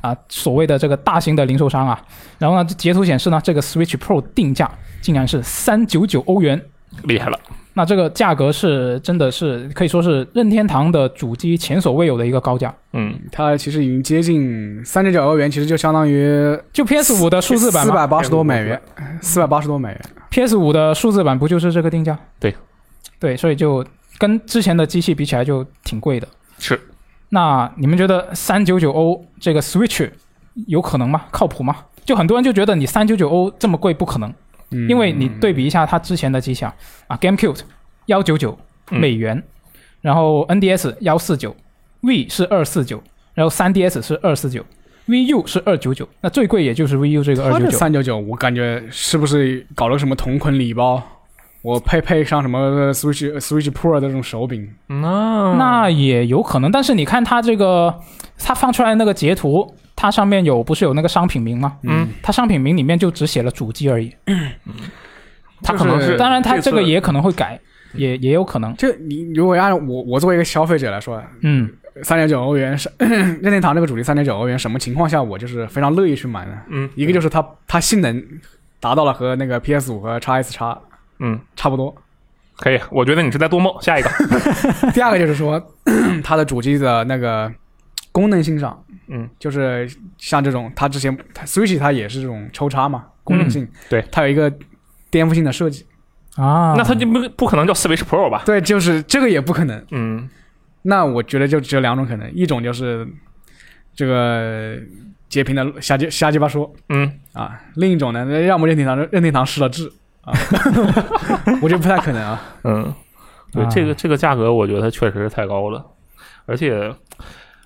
S2: 啊所谓的这个大型的零售商啊，然后呢，截图显示呢，这个 Switch Pro 定价竟然是三九九欧元，
S4: 厉害了，
S2: 那这个价格是真的是可以说是任天堂的主机前所未有的一个高价。
S4: 嗯，
S3: 它其实已经接近三十九欧元，其实就相当于
S2: 就 PS 五的数字版
S3: 四
S2: 嘛
S3: 百八十多美元，四百八十多美元。
S2: ，PS 五的数字版不就是这个定价？
S4: 对，
S2: 对，所以就跟之前的机器比起来就挺贵的。
S4: 是。
S2: 那你们觉得三九九欧这个 Switch 有可能吗？靠谱吗？就很多人就觉得你三九九欧这么贵不可能，
S3: 嗯
S2: 因为你对比一下它之前的机器啊，啊 GameCube 幺九九
S4: 嗯
S2: 美元，然后 NDS 幺四九，V 是二四九，然后 3DS 是二四九，VU 是二九九，那最贵也就是 VU 这个
S3: 它
S2: 二
S3: 这
S2: 九九。
S3: 三九九，我感觉是不是搞了什么同捆礼包？我配配上什么 Switch Switch Pro 的这种手柄，
S4: 那
S2: 那也有可能，但是你看它这个，它放出来的那个截图，它上面有不是有那个商品名吗？
S4: 嗯，
S2: 它商品名里面就只写了主机而已。
S4: 他可能
S3: 就是
S2: 当然，它
S4: 这
S2: 这
S4: 次
S2: 个也可能会改，也也有可能。
S3: 就你如果按照我我作为一个消费者来说，
S2: 嗯，
S3: 三点九欧元是 任天堂这个主力三点九欧元，什么情况下我就是非常乐意去买呢？
S4: 嗯
S3: 一个就是它它性能达到了和那个 PS 五和 x S 叉
S4: 嗯
S3: 差不多。
S4: 可以，我觉得你是在做梦。下一个，
S3: 第二个就是说 它的主机的那个功能性上，
S4: 嗯，
S3: 就是像这种它之前它 Switch 它也是这种抽插嘛，功能性，
S4: 对，
S3: 它有一个颠覆性的设计，
S2: 啊，
S4: 那他就不不可能叫 Switch Pro 吧？
S3: 对，就是这个也不可能。
S4: 嗯
S3: 那我觉得就只有两种可能，一种就是这个截屏的瞎鸡瞎鸡巴说。
S4: 嗯，
S3: 啊，另一种呢，那要么任天堂任天堂失了智啊， 我觉得不太可能啊。
S4: 嗯，对，
S2: 啊
S4: 这个这个价格我觉得确实是太高了，而且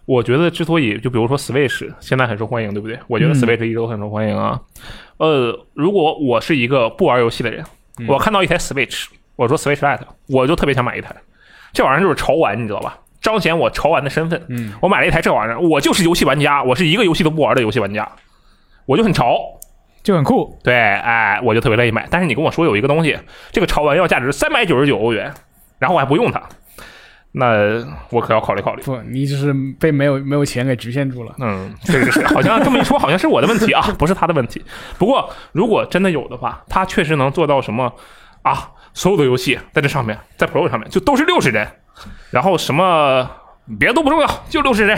S4: 我觉得之所以就比如说 Switch 现在很受欢迎，对不对？我觉得
S2: 嗯
S4: Switch 一直都很受欢迎啊。呃，如果我是一个不玩游戏的人，我看到一台 Switch，我说 Switch Lite，我就特别想买一台，这玩意儿就是潮玩，你知道吧？彰显我潮玩的身份。
S3: 嗯，
S4: 我买了一台这玩意儿，我就是游戏玩家，我是一个游戏都不玩的游戏玩家，我就很潮。
S2: 就很酷。
S4: 对，哎，我就特别乐意买。但是你跟我说有一个东西，这个潮玩要价值三百九十九欧元，然后我还不用它，那我可要考虑考虑。
S3: 不，你只是被没有没有钱给局限住了。
S4: 嗯，这个是好像这么一说，好像是我的问题啊，不是他的问题。不过如果真的有的话，他确实能做到什么啊？所有的游戏在这上面，在 Pro 上面就都是六十帧，然后什么别的都不重要，就六十帧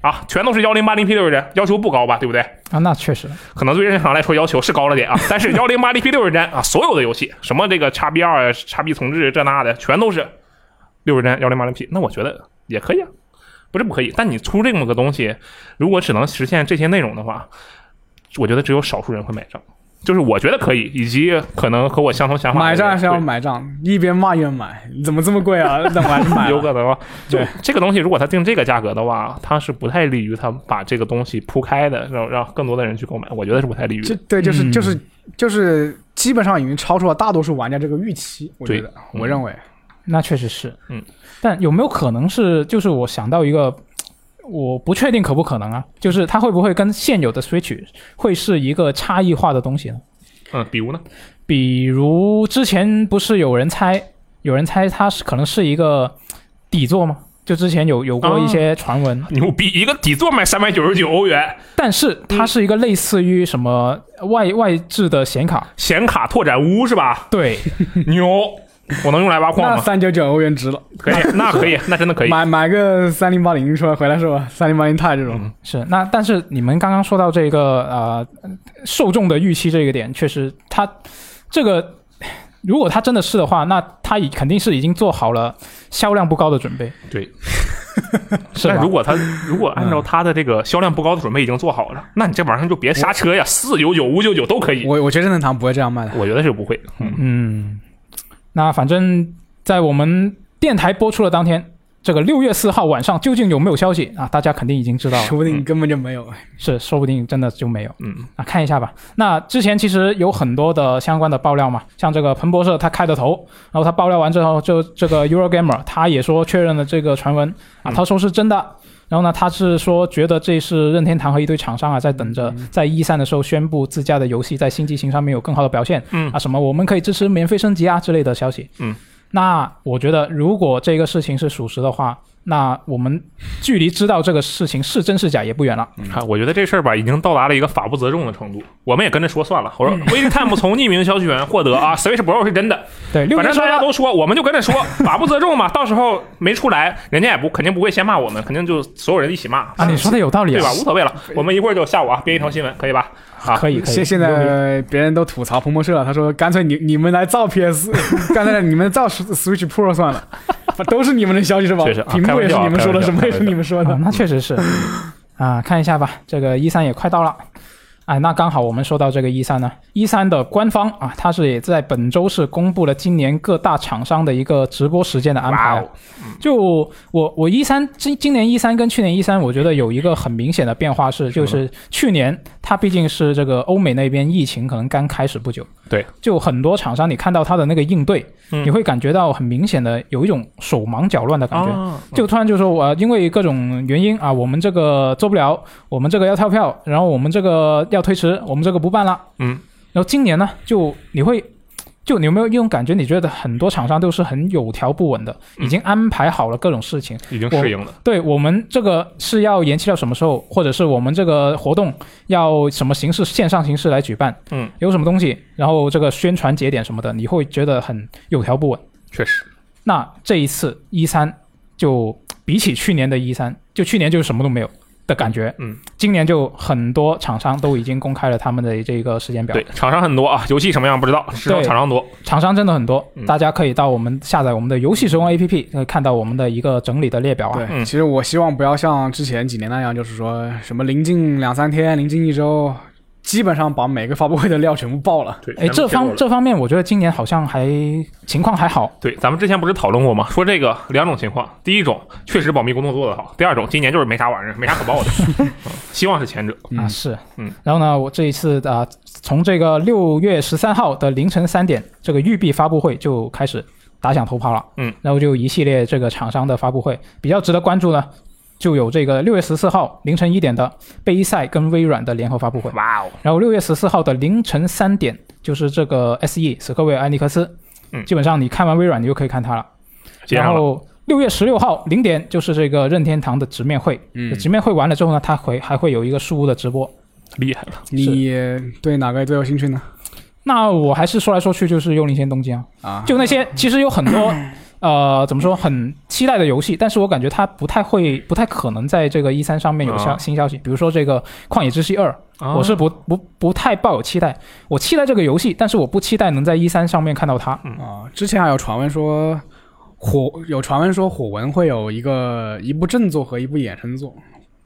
S4: 啊，全都是幺零八零 P 六十帧，要求不高吧，对不对？
S2: 啊，那确实，
S4: 可能对任天堂来说要求是高了点啊，但是幺零八零 P 六十帧啊，所有的游戏，什么这个叉 B 二、啊叉 B 重置这那的，全都是六十帧幺零八零 P，那我觉得也可以啊，不是不可以。但你出这么个东西，如果只能实现这些内容的话，我觉得只有少数人会买账。就是我觉得可以，以及可能和我相同想法的
S3: 买
S4: 人
S3: 账是要
S4: 对
S3: 买账，一边骂一边买，怎么这么贵啊？那我还是买
S4: 有
S3: 了。
S4: 可能啊。就
S3: 对
S4: 这个东西，如果它定这个价格的话，它是不太利于它把这个东西铺开的，让让更多的人去购买。我觉得是不太利于的。
S3: 这对，就是
S2: 嗯
S3: 就是就是，基本上已经超出了大多数玩家这个预期。我觉得，
S4: 嗯
S3: 我认为，
S2: 那确实是。
S4: 嗯，
S2: 但有没有可能是，就是我想到一个，我不确定可不可能啊，就是它会不会跟现有的 Switch 会是一个差异化的东西呢？
S4: 嗯，比如呢？
S2: 比如之前不是有人猜，有人猜它是可能是一个底座吗？就之前有有过一些传闻，
S4: 牛逼！一个底座卖三百九十九欧元，
S2: 但是它是一个类似于什么外外置的显 卡，
S4: 显卡拓展坞是 吧？
S2: 对，
S4: 牛！我能用来挖矿
S3: 那
S4: 吗？
S3: 三九九欧元值了，
S4: 可以，那可 以，那真的可以。
S3: 买买个三零八零出来回来是吧？三零八零钛这
S4: 嗯
S3: 种，
S2: 是，那但是你们刚刚说到这个呃受众的预期这个点，确实它这个如果它真的是的话，那它已肯定是已经做好了销量不高的准备，
S4: 对，
S2: 是
S4: 但
S2: 吧
S4: 如？果他如果按照他的这个销量不高的准备已经做好了，那你这玩意儿就别刹车呀，四九九、五九九都可以。
S3: 我我觉得任天堂不会这样卖的。
S4: 我觉得是不会。嗯，
S2: 嗯，那反正在我们电台播出的当天，这个六月四号晚上究竟有没有消息啊？大家肯定已经知道了，
S3: 说不定根本就没有。
S2: 是，说不定真的就没有。
S4: 嗯，
S2: 啊，看一下吧。那之前其实有很多的相关的爆料嘛，像这个彭博社他开的头，然后他爆料完之后，就这个 Eurogamer 他也说确认了这个传闻啊，
S4: 嗯
S2: 他说是真的。然后呢，他是说觉得这是任天堂和一堆厂商啊，在等着
S4: 嗯
S2: 在一三的时候宣布自家的游戏在新机型上面有更好的表现，
S4: 嗯
S2: 啊什么我们可以支持免费升级啊之类的消息，
S4: 嗯，
S2: 那我觉得如果这个事情是属实的话，那我们距离知道这个事情是真是假也不远了。
S4: 看，啊我觉得这事儿吧，已经到达了一个法不责众的程度。我们也跟着说算了。我说 WinTime 从匿名消息源获得啊，Switch Pro 是真的，
S2: 对，六
S4: 反
S2: 年
S4: 正
S2: 说
S4: 大家都说，我们就跟 着说，法不责众嘛。到时候没出来，人家也不肯定不会先骂我们，肯定就所有人一起骂
S2: 啊，你说的有道理
S4: 对
S2: 啊
S4: 吧？，无所谓了，我们一会儿就下午啊编一条新闻，可以吧？啊，
S2: 可以可以。
S3: 现现 在别人都吐槽彭博社了，他说干脆你你们来造 PS，干脆你们造 Switch Pro 算了， 都是你们的消息是吧
S4: 确实啊？
S3: 屏幕也是你们说的，
S4: 开玩笑
S3: 什么也
S4: 开玩笑
S3: 是你们说
S2: 啊
S3: 的，。
S2: 那确实是啊，看一下吧，这个一三也快到了。哎，那刚好我们说到这个一三呢，一三的官方啊，它是也在本周是公布了今年各大厂商的一个直播时间的安排啊、
S4: 哇哦，
S2: 就我我一三今今年一三跟去年一三，我觉得有一个很明显的变化是，就是去年它毕竟是这个欧美那边疫情可能刚开始不久，
S4: 对，
S2: 就很多厂商你看到它的那个应对，
S4: 嗯
S2: 你会感觉到很明显的有一种手忙脚乱的感觉，
S4: 啊，
S2: 就突然就说我、呃因为各种原因啊，我们这个做不了，我们这个要跳票，然后我们这个要推迟，我们这个不办了。
S4: 嗯，
S2: 然后今年呢，就你会。就你有没有一种感觉？你觉得很多厂商都是很有条不紊的，
S4: 嗯
S2: 已经安排好了各种事情。
S4: 已经适应了。
S2: 对我们这个是要延期到什么时候，或者是我们这个活动要什么形式，线上形式来举办，
S4: 嗯，
S2: 有什么东西，然后这个宣传节点什么的，你会觉得很有条不紊。
S4: 确实，
S2: 那这一次一三就比起去年的一三，就去年就是什么都没有的感觉，
S4: 嗯，
S2: 今年就很多厂商都已经公开了他们的这个时间表
S4: 对，，厂商很多啊，游戏什么样不知道，只有
S2: 对
S4: 厂商多。
S2: 厂商真的很多
S4: 嗯，
S2: 大家可以到我们下载我们的游戏时光 APP，呃看到我们的一个整理的列表啊。
S3: 对，
S4: 嗯
S3: 其实我希望不要像之前几年那样，就是说什么临近两三天、临近一周，基本上把每个发布会的料全部爆了。
S4: 对，
S2: 哎，这
S4: 全
S2: 方
S4: 部泄露了嗯
S2: 这方面，我觉得今年好像还情况还好，
S4: 对，咱们之前不是讨论过吗？说这个两种情况，第一种确实保密工作做得好，第二种今年就是没啥玩意儿，没啥可报 的。嗯希望是前者。
S3: 嗯
S2: 啊，是，
S4: 嗯，
S2: 然后呢，我这一次啊、从这个六月十三号的凌晨三点，这个育碧发布会就开始打响头炮了，
S4: 嗯，
S2: 然后就一系列这个厂商的发布会，比较值得关注呢，就有这个六月十四号凌晨一点的贝赛跟微软的联合发布会，
S4: 哇哦，
S2: 然后六月十四号的凌晨三点就是这个 SE 史克威尔艾尼克斯，
S4: 嗯
S2: 基本上你看完微软你就可以看它了，
S4: 接
S2: 然
S4: 上了。
S2: 后六月十六号零点就是这个任天堂的直面会，
S3: 嗯
S2: 直面会完了之后呢，它会还会有一个书屋的直播。
S4: 厉害了，
S3: 你对哪个最有兴趣呢？
S2: 那我还是说来说去就是《幽灵线：东京》啊，
S3: 啊，
S2: 就那些其实有很多 呃怎么说很期待的游戏，但是我感觉它不太会、不太可能在这个一 E 三上面有消
S4: 啊
S2: 新消息，比如说这个《旷野之息二》，我是不
S4: 哦
S2: 不不太抱有期待，我期待这个游戏，但是我不期待能在一三上面看到它。
S3: 啊，之前还有传闻说火有传闻说火纹会有一个一部正作和一部衍生作，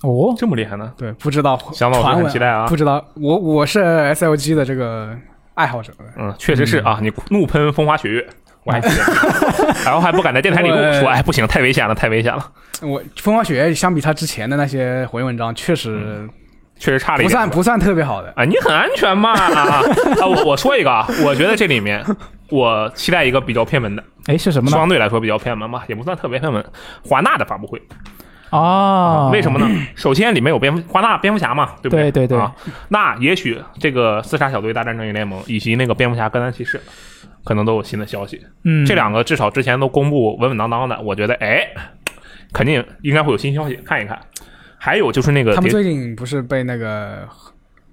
S2: 哦，
S4: 这么厉害呢？
S3: 对，不知道
S4: 祥老师
S3: 传闻
S4: 很期待啊
S3: 不知道我我是 S L G 的这个爱好者，
S4: 嗯，确实是啊，你怒喷风花雪月，我还记得，然后还不敢在电台里跟我说，
S3: 我
S4: 哎，不行，太危险了，太危险了，
S3: 我《风花雪月》相比他之前的那些回文章，确实
S4: 确实差嗯了一
S3: 不
S4: 点
S3: 算。不算特别好的。
S4: 啊，你很安 全嘛？啊，我我说一个啊，我觉得这里面我期待一个比较偏门的，
S2: 哎，是什么呢？
S4: 相对来说比较偏门吧，也不算特别偏门。华纳的发布会，
S2: 啊，
S4: 为什么呢？首先里面有蝙蝠华纳蝙蝠侠嘛，对不对
S2: 对对对
S4: 啊，那也许这个自杀小队大战正义联盟以及那个蝙蝠侠戈南骑士，可能都有新的消息。
S2: 嗯，
S4: 这两个至少之前都公布稳稳当当的，我觉得哎，肯定应该会有新消息，看一看。还有就是那个
S3: 他们
S4: 碟
S3: 最近不是被那个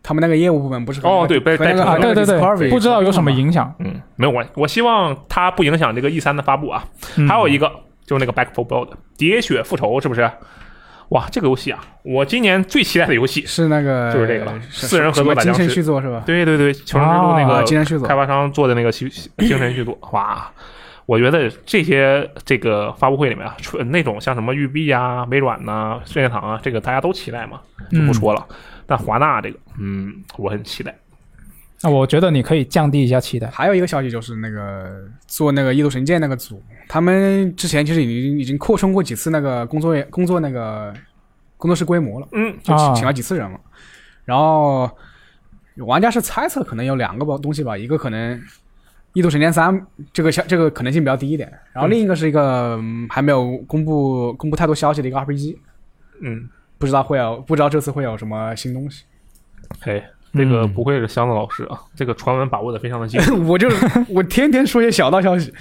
S3: 他们那个业务部门不是和
S4: 哦
S3: 那个
S4: 对被
S3: 和那
S4: 带
S3: 个
S4: 走
S2: 啊，
S4: 了
S2: 对对对，
S3: Discovery
S2: 不知道有什么影响。
S4: 嗯，没有关系。我希望它不影响这个 E 三的发布啊。
S2: 嗯
S4: 还有一个就是那个 Back for Blood 喋血复仇，是不是？哇，这个游戏啊，我今年最期待的游戏。
S3: 是那个
S4: 就是这个了
S3: 是
S4: 四人合
S3: 什
S4: 作
S3: 么
S4: 打
S3: 精
S4: 僵
S3: 神
S4: 尸
S3: 续作是吧？
S4: 对对对，求生之路那
S2: 啊
S4: 个
S3: 精神续作
S4: 开发商做的那个精精神 续作，哇！我觉得这些这个发布会里面啊，除那种像什么育碧啊、微软呐、任天堂啊，这个大家都期待嘛，就
S2: 嗯
S4: 不说了。但华纳这个，嗯，我很期待。
S2: 那我觉得你可以降低一下期待。
S3: 还有一个消息就是那个做那个《异度神剑》那个组，他们之前其实已经已经扩充过几次那个工作工作那个工作室规模了，
S4: 嗯，
S3: 就
S2: 啊
S3: 请请了几次人嘛。然后玩家是猜测可能有两个吧东西吧，一个可能《异度神剑三》这个消这个可能性比较低一点，然后另一个是一个、嗯还没有公布公布太多消息的一个 RPG，
S4: 嗯，
S3: 不知道会有不知道这次会有什么新东西。
S4: 嘿，这个
S5: 嗯
S4: 不愧是箱子老师啊，这个传闻把握的非常的精，
S3: 我 就我天天说些小道消息，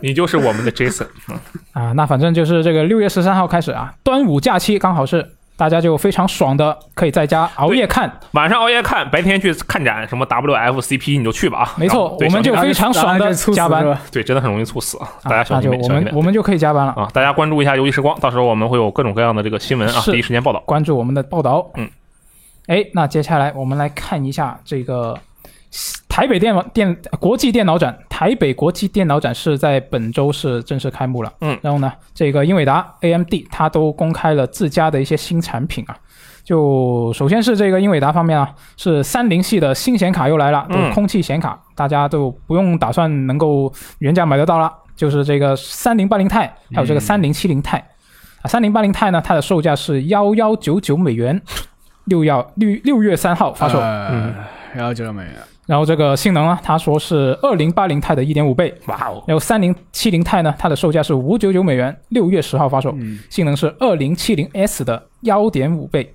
S4: 你就是我们的 Jason 嗯
S2: 啊，那反正就是这个六月十三号开始啊，端午假期刚好是大家就非常爽的，可以在家熬夜看。
S4: 晚上熬夜看，白天去看展，什么 WFCP 你就去吧啊。
S2: 没错
S4: 然后对
S2: 我们就
S4: 小心
S2: 非常爽
S3: 然
S2: 的
S3: 后就猝死
S2: 加班
S3: 是吧
S4: 对，真的很容易猝死，啊！大
S2: 啊
S4: 家
S2: 那
S4: 小
S2: 就
S4: 心点，
S2: 我
S4: 小心
S2: 们
S4: 点
S2: 我们就可以加班了，
S4: 啊！大家关注一下游戏时光，到时候我们会有各种各样的这个新闻啊，
S2: 是
S4: 第一时间报道。
S2: 关注我们的报道。
S4: 嗯，
S2: 哎，那接下来我们来看一下这个台北电脑电国际电脑展，台北国际电脑展是在本周是正式开幕了。
S4: 嗯
S2: 然后呢，这个英伟达、AMD 它都公开了自家的一些新产品啊。就首先是这个英伟达方面啊，是三零系的新显卡又来了，都
S4: 嗯
S2: 空气显卡，大家都不用打算能够原价买得到了，就是这个三零八零钛，还
S4: 嗯
S2: 有这个三零七零钛。啊，三零八零钛呢，它的售价是幺幺九九美元，六幺六六月三号发售。
S4: 哎
S3: 嗯，然后就是没了。
S2: 然后这个性能呢，它说是二零八零钛的一点五倍，
S4: 哇哦，
S2: 然后三零七零钛呢，它的售价是五九九美元，六月十号发售，
S3: 嗯，
S2: 性能是二零七零 S 的幺点五倍，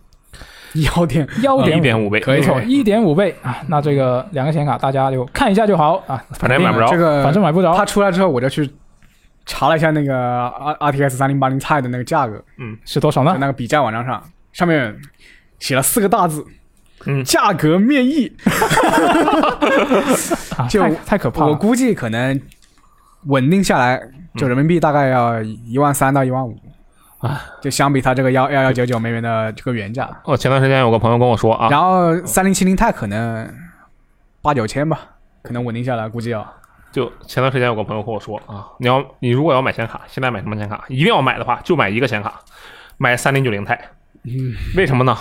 S3: 幺 点
S2: 幺
S4: 哦一
S2: 点
S4: 点五倍，
S3: 可以
S2: 没错，一点五倍啊。那这个两个显卡大家就看一下就好啊，
S4: 反正也买不着。
S3: 这个
S2: 反正买不着
S3: 呃它。出来之后，我就去查了一下那个 R R T X 三零八零 i 的那个价格，
S2: 是多少
S3: 在
S4: 啊
S2: 呢？
S3: 那个比价网站上，上面写了四个大字。
S4: 嗯
S3: 价格面议，
S2: 啊，
S3: 就
S2: 太太可怕
S3: 我
S2: 了。
S3: 估计可能稳定下来，就人民币大概要一万三到一万五，就相比它这个幺幺幺九九美元的这个原价，
S4: 哦，前段时间有个朋友跟我说啊，
S3: 然后三零七零钛可能八九千吧，可能稳定下来，估计要
S4: 就前段时间有个朋友跟我说啊，你要你如果要买显卡，现在买什么显卡？一定要买的话，就买一个显卡，买三零九零钛。嗯，为什么呢？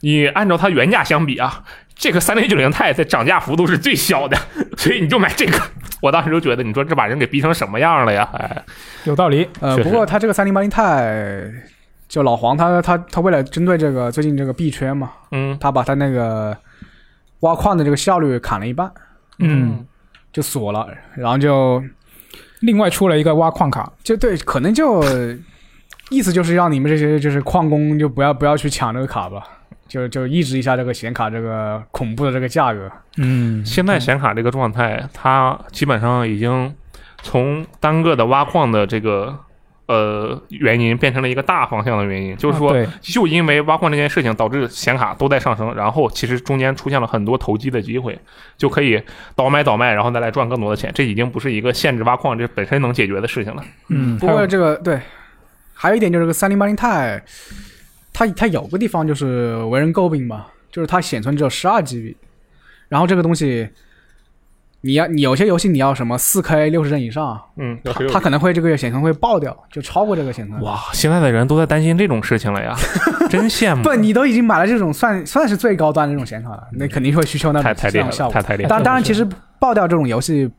S4: 你按照它原价相比啊，这个三零九零钛在涨价幅度是最小的，所以你就买这个。 我当时就觉得，你说这把人给逼成什么样了呀？哎，
S2: 有道理，
S3: 呃，
S4: 确实
S3: 不过它这个三零八零钛，就老黄他他他为了针对这个最近这个币圈嘛，
S4: 嗯
S3: 他把他那个挖矿的这个效率砍了一半，
S2: 嗯，
S3: 就锁了，然后就
S2: 另外出了一个挖矿卡，
S3: 就对，可能就意思就是让你们这些就是矿工就不要不要去抢这个卡吧，就就抑制一下这个显卡这个恐怖的这个价格。
S2: 嗯，
S4: 现在显卡这个状态，它基本上已经从单个的挖矿的这个呃原因，变成了一个大方向的原因，就是
S2: 啊
S4: 说，
S2: 对
S4: 就因为挖矿这件事情导致显卡都在上升，然后其实中间出现了很多投机的机会，就可以倒卖倒卖，然后再来赚更多的钱。这已经不是一个限制挖矿这本身能解决的事情了。
S2: 嗯，
S3: 不
S2: 还
S3: 过
S2: 有
S3: 这个对，还有一点就是这个三零八零钛，它它有个地方就是为人诟病吧，就是它显存只有十二 GB，然后这个东西，你要你有些游戏你要什么四 K 六十帧以上，
S4: 嗯，
S3: 它它可能会这个显存会爆掉，就超过这个显存。
S4: 哇，现在的人都在担心这种事情了呀，真羡慕。
S3: 不，你都已经买了这种算算是最高端的这种显卡了，那肯定会需求那
S4: 太
S3: 种
S4: 太
S3: 这
S4: 厉害
S3: 种效
S4: 了，
S3: 果
S4: 太。太厉害了，
S3: 当当然，其实爆掉这种游戏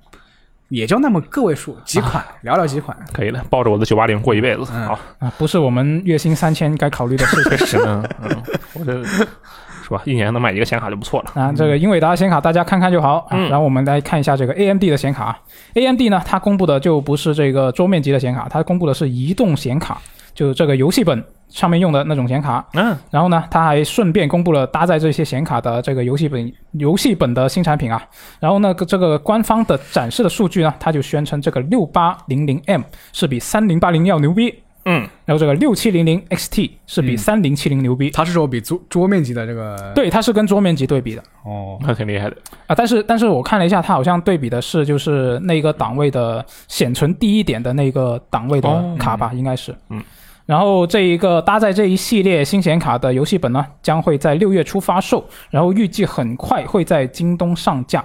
S3: 也就那么个位数，几款，寥寥几款。
S4: 可以了，抱着我的九八零过一辈子
S3: 嗯
S4: 啊！
S2: 啊，不是我们月薪三千该考虑的事 情。
S4: 确实呢，嗯，我这是吧，一年能买一个显卡就不错了。
S2: 啊，这个英伟达显卡大家看看就好。啊
S4: 嗯
S2: 然后我们来看一下这个 AMD 的显卡。AMD 呢，它公布的就不是这个桌面级的显卡，它公布的是移动显卡，就是这个游戏本上面用的那种显卡。
S4: 嗯，
S2: 然后呢，它还顺便公布了搭载这些显卡的这个游戏本游戏本的新产品啊。然后呢，这个官方的展示的数据呢，它就宣称这个六八零零 M 是比三零八零要牛逼，
S4: 嗯，
S2: 然后这个六七零零 XT 是比三零七零牛逼。
S3: 它是说比桌桌面级的这个
S2: 对，它是跟桌面级对比的。
S3: 哦，
S4: 那挺厉害的。
S2: 啊，但是但是我看了一下，它好像对比的是就是那个档位的显存低一点的那个档位的卡吧，应该是。
S4: 嗯。
S2: 然后这一个搭载这一系列新显卡的游戏本呢，将会在六月初发售，然后预计很快会在京东上架。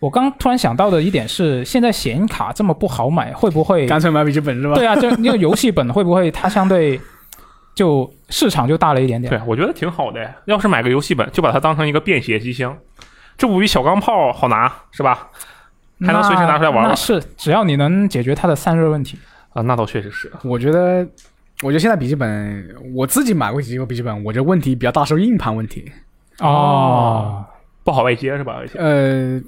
S2: 我刚突然想到的一点是，现在显卡这么不好买，会不会？
S3: 干脆买笔记本是吧？
S2: 对啊，就因为游戏本会不会它相对就市场就大了一点点？
S4: 对，我觉得挺好的。要是买个游戏本，就把它当成一个便携机箱，这不比小钢炮好拿是吧？还能随时拿出来玩
S2: 那
S4: 玩
S2: 那是，只要你能解决它的散热问题。
S4: 啊，那倒确实是。
S3: 我觉得，我觉得现在笔记本，我自己买过几个笔记本，我觉得问题比较大是硬盘问题。
S2: 哦，
S4: 不好外接是吧？而且
S3: 呃，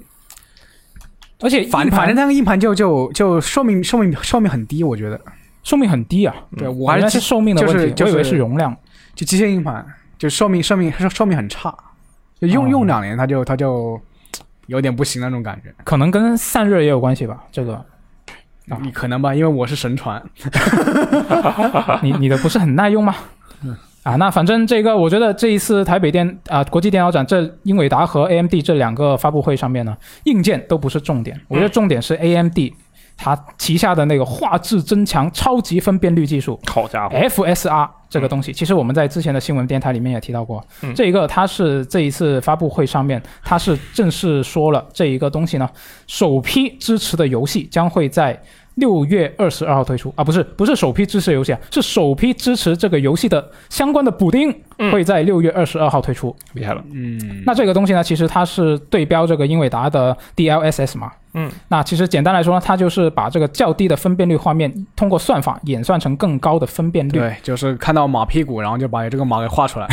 S2: 而且
S3: 反
S2: 硬盘
S3: 反正那个硬盘就就就寿命寿命寿命很低，我觉得。
S2: 寿命很低啊，
S4: 嗯
S3: 对我
S2: 我
S3: 还
S2: 原来是
S3: 是机
S2: 寿命的问题，
S3: 就是就是
S2: 我以为是容量。
S3: 就机械硬盘，就寿命寿命寿命很差。就用
S2: 哦
S3: 用两年它就它就有点不行那种感觉，
S2: 可能跟散热也有关系吧。这个啊
S3: 你可能吧，因为我是神传，
S4: 啊
S2: 你你的不是很耐用吗？
S4: 嗯
S2: 啊，那反正这个，我觉得这一次台北电啊、国际电脑展，这英伟达和 AMD 这两个发布会上面呢，硬件都不是重点，我觉
S4: 嗯
S2: 得重点是 AMD 它旗下的那个画质增强超级分辨率技术，
S4: 好家
S2: 哎
S4: 伙，
S2: FSR 这个东西，其实我们在之前的新闻电台里面也提到过，
S4: 嗯
S2: 这一个它是这一次发布会上面，它是正式说了这一个东西呢，首批支持的游戏将会在六月二十二号推出啊，不是不是首批支持的游戏啊，是首批支持这个游戏的相关的补丁
S4: 嗯
S2: 会在六月二十二号推出。
S4: 厉害了！
S3: 嗯，
S2: 那这个东西呢，其实它是对标这个英伟达的 DLSS 嘛。
S4: 嗯，
S2: 那其实简单来说呢，它就是把这个较低的分辨率画面通过算法演算成更高的分辨率。
S3: 对，就是看到马屁股，然后就把这个马给画出来，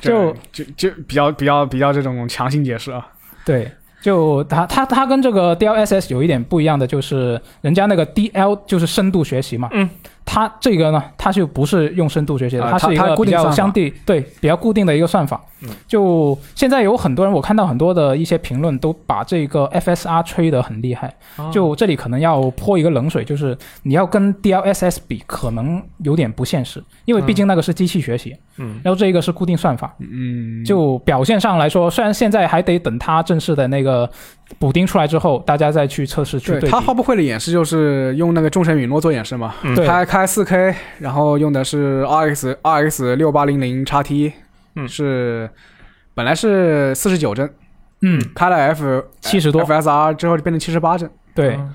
S2: 就
S3: 就就比较比较比较这种强行解释啊，
S2: 对，就它它它跟这个 DLSS 有一点不一样的，就是人家那个 DL 就是深度学习嘛，
S4: 嗯，
S2: 它这个呢，它就不是用深度学习的，
S3: 啊
S2: 它
S3: 它
S2: 是一
S3: 它
S2: 个
S3: 固
S2: 比
S3: 定算
S2: 较
S3: 法
S2: 相对对比较固定的一个算法。
S4: 嗯，
S2: 就现在有很多人，我看到很多的一些评论都把这个 FSR 吹得很厉害，
S3: 啊
S2: 就这里可能要泼一个冷水，就是你要跟 DLSS 比，可能有点不现实，因为毕竟那个是机器学习，
S4: 嗯，
S2: 然后这一个是固定算法。
S3: 嗯，
S2: 就表现上来说，虽然现在还得等它正式的那个补丁出来之后，大家再去测试去
S3: 对
S2: 比
S3: 他发布会的演示就是用那个众神陨落做演示嘛，
S4: 嗯
S2: 对
S3: 开开四 K，然后用的是 RX RX 六八零零 x T，
S4: 嗯
S3: 是本来是四十九帧，
S2: 嗯，
S3: 开了 F
S2: 70多
S3: FSR 之后就变成七十八帧，
S2: 对，
S4: 嗯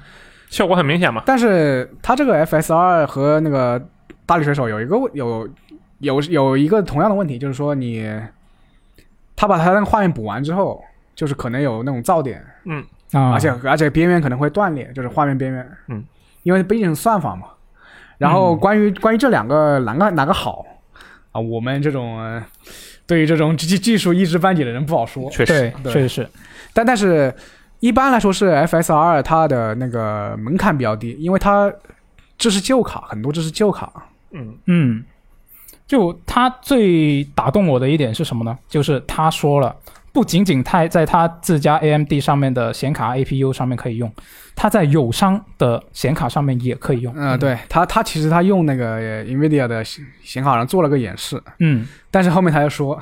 S4: 效果很明显嘛。
S3: 但是它这个 FSR 和那个大力水手有一个问有有有一个同样的问题，就是说你他把他那个画面补完之后，就是可能有那种噪点，
S2: 啊，
S3: 而且而且边缘可能会断裂，就是画面边缘。
S4: 嗯，
S3: 因为毕竟是算法嘛。然后
S2: 嗯
S3: 关于、关于这两个哪个哪个好啊，我们这种、呃对于这种技技术一知半解的人不好说。
S4: 确实，
S2: 对，
S3: 对
S2: 确实是，
S3: 但但是一般来说是 FSR 它的那个门槛比较低，因为它这是旧卡，很多这是旧卡。
S4: 嗯，
S2: 嗯，就他最打动我的一点是什么呢？就是他说了，不仅仅他在他自家 AMD 上面的显卡 APU 上面可以用，他在友商的显卡上面也可以用。
S3: 嗯、对它它其实它用那个呃 NVIDIA 的显显卡上做了个演示，
S2: 嗯，
S3: 但是后面他又说。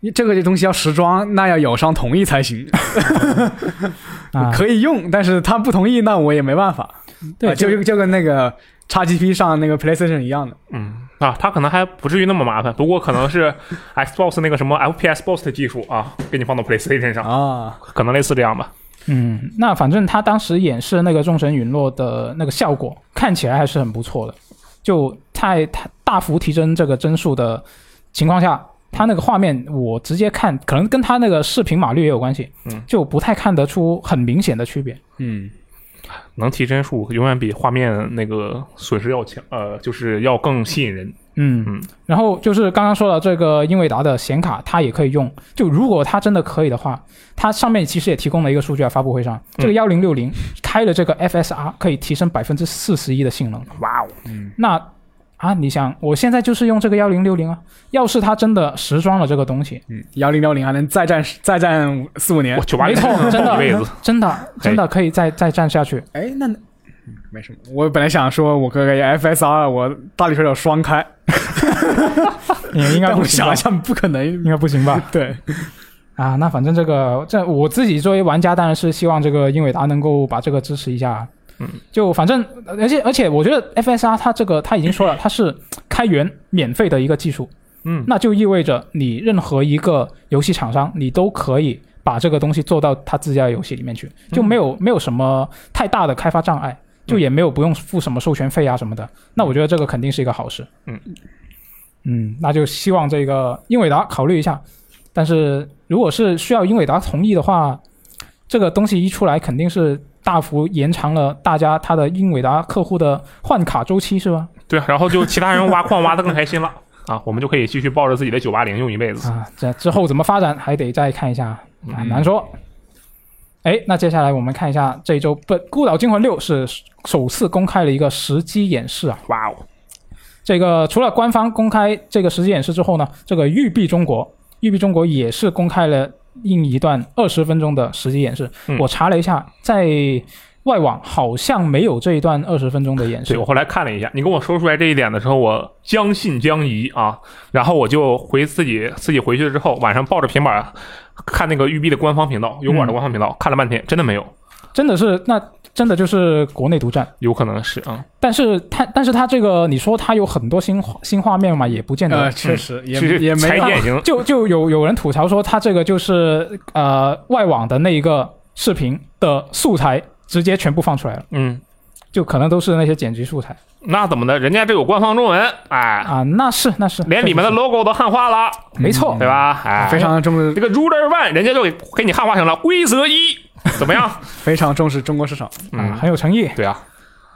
S3: 你这个东西要实装，那要友商同意才行。
S2: 啊，
S3: 可以用，但是他不同意，那我也没办法。
S2: 对，
S3: 呃就就就跟那个 XGP 上那个 PlayStation 一样的。
S4: 嗯啊，它可能还不至于那么麻烦，不过可 能是 Xbox 那个什么 FPS Boost 的技术啊，给你放到 PlayStation 上，
S3: 啊，
S4: 可能类似这样吧。
S2: 嗯，那反正他当时演示那个众神陨落的那个效果，看起来还是很不错的。就太太大幅提升这个帧数的情况下，他那个画面我直接看，可能跟他那个视频码率也有关系，
S4: 嗯
S2: 就不太看得出很明显的区别。
S3: 嗯，
S4: 能提帧数永远比画面那个损失要强，呃，就是要更吸引人。
S2: 嗯，
S4: 嗯
S2: 然后就是刚刚说了，这个英伟达的显卡它也可以用。就如果它真的可以的话，它上面其实也提供了一个数据啊，发布会上，这个幺零六零开了这个 FSR 可以提升百分之四十一的性能。
S4: 哇哦，
S2: 那啊，你想，我现在就是用这个幺零六零啊，要是它真的实装了这个东西，
S3: 幺零幺零还能再战再战五四五年
S4: 我。九八
S2: 没
S4: 零
S2: 错，真
S4: 一辈
S2: 的
S4: 子，，
S2: 真的，真的可以再再战下去。
S3: 哎，那嗯没什么。我本来想说，我哥哥 FSR 我大力水手双开，
S2: 也应该
S3: 但
S2: 不行
S3: 我想
S2: 吧
S3: 了？想，不可能。
S2: 应该不行吧？
S3: 对，
S2: 啊，那反正这个这我自己作为玩家，当然是希望这个英伟达能够把这个支持一下。
S4: 嗯，
S2: 就反正，而且而且，我觉得 FSR 它这个他已经说了，它是开源免费的一个技术，
S4: 嗯
S2: 那就意味着你任何一个游戏厂商，你都可以把这个东西做到他自家的游戏里面去，
S4: 嗯
S2: 就没有、没有什么太大的开发障碍，就也没有不用付什么授权费啊什么的。那我觉得这个肯定是一个好事。
S4: 嗯
S2: 嗯，那就希望这个英伟达考虑一下。但是如果是需要英伟达同意的话，这个东西一出来，肯定是大幅延长了大家他的英伟达客户的换卡周期，是吧？
S4: 对，啊然后就其他人挖矿挖的更开心了啊，我们就可以继续抱着自己的九八零用一辈子。
S2: 啊，这之后怎么发展还得再看一下，啊，
S3: 嗯
S2: 难说。哎，那接下来我们看一下这一周《不孤岛惊魂六》是首次公开了一个实机演示啊。
S4: 哇哦，
S2: 这个除了官方公开这个实际演示之后呢，这个育碧中国育碧中国也是公开了印一段二十分钟的实际演示。
S4: 嗯
S2: 我查了一下，在外网好像没有这一段二十分钟的演
S4: 对
S2: 示
S4: 我。后来看了一下，你跟我说出来这一点的时候，我将信将疑啊。然后我就回自己自己回去之后，晚上抱着平板看那个育碧的官方频道，油管的官方频道，看了半天，真的没有，
S2: 真的是，那真的就是国内独占。
S4: 有可能是啊、
S2: 但是它，但是它这个，你说它有很多新画新画面嘛，也不见得。
S3: 呃，确实也
S4: 其实
S3: 也没
S4: 裁
S3: 有
S4: 剪已经
S2: 就就有有人吐槽说，它这个就是呃外网的那一个视频的素材直接全部放出来了，
S4: 嗯，
S2: 就可能都是那些剪辑素材
S4: 那怎么的？人家这有官方中文，哎，
S2: 啊、那是那是，
S4: 连里面的 logo 都汉化了，
S2: 没错，
S4: 对吧？哎，
S3: 啊非常重视
S4: 这个 ruler one，人家就给给你汉化成了规 则一，怎么样？
S3: 非常重视中国市场。
S2: 啊，
S4: 嗯，
S2: 很有诚意。
S4: 对啊，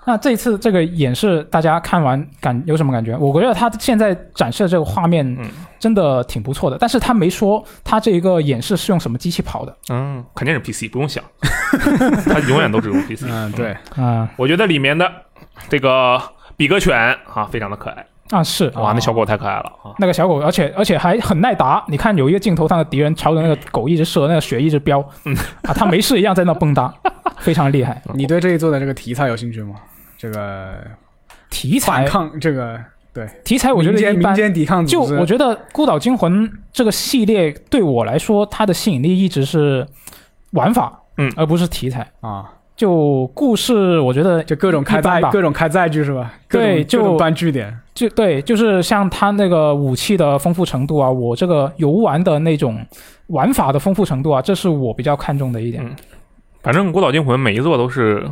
S2: 那这次这个演示，大家看完感有什么感觉？我觉得他现在展示的这个画面
S4: 嗯
S2: 真的挺不错的，但是他没说他这一个演示是用什么机器跑的
S4: 嗯，肯定是 PC，不 用想，他永远都只用 PC。
S3: 嗯，对，
S2: 啊、
S4: 我觉得里面的这个比格犬啊，非常的可爱，
S2: 啊是
S4: 哇，那小
S2: 狗
S4: 狗太可爱了
S3: 哦
S4: 啊！
S2: 那个小狗，而且而且还很耐打。你看有一个镜头，他的敌人朝着那个狗一直射，那个血一直飙，
S3: 嗯
S2: 啊，他没事一样在那蹦 跶，非常厉害。
S3: 你对这一座的这个题材有兴趣吗？这个
S2: 题
S3: 反
S2: 材
S3: 抗这个
S2: 题材我觉
S3: 民
S2: 得
S3: 间
S2: 一
S3: 民
S2: 般，
S3: 间抵抗
S2: 就
S3: 组织，
S2: 我觉得《孤岛惊魂》这个系列对我来说，它的吸引力一直是玩法，
S4: 嗯
S2: 而不是题材。
S3: 啊，
S2: 就故事，我觉得
S3: 就各种开
S2: 一般
S3: 载
S2: 吧
S3: 各种开载具是吧？各种
S2: 对就
S3: 各种搬据点，
S2: 就对，就是像它那个武器的丰富程度啊，我这个游玩的那种玩法的丰富程度啊，这是我比较看重的一点。
S4: 嗯反正《孤岛惊魂》每一座都是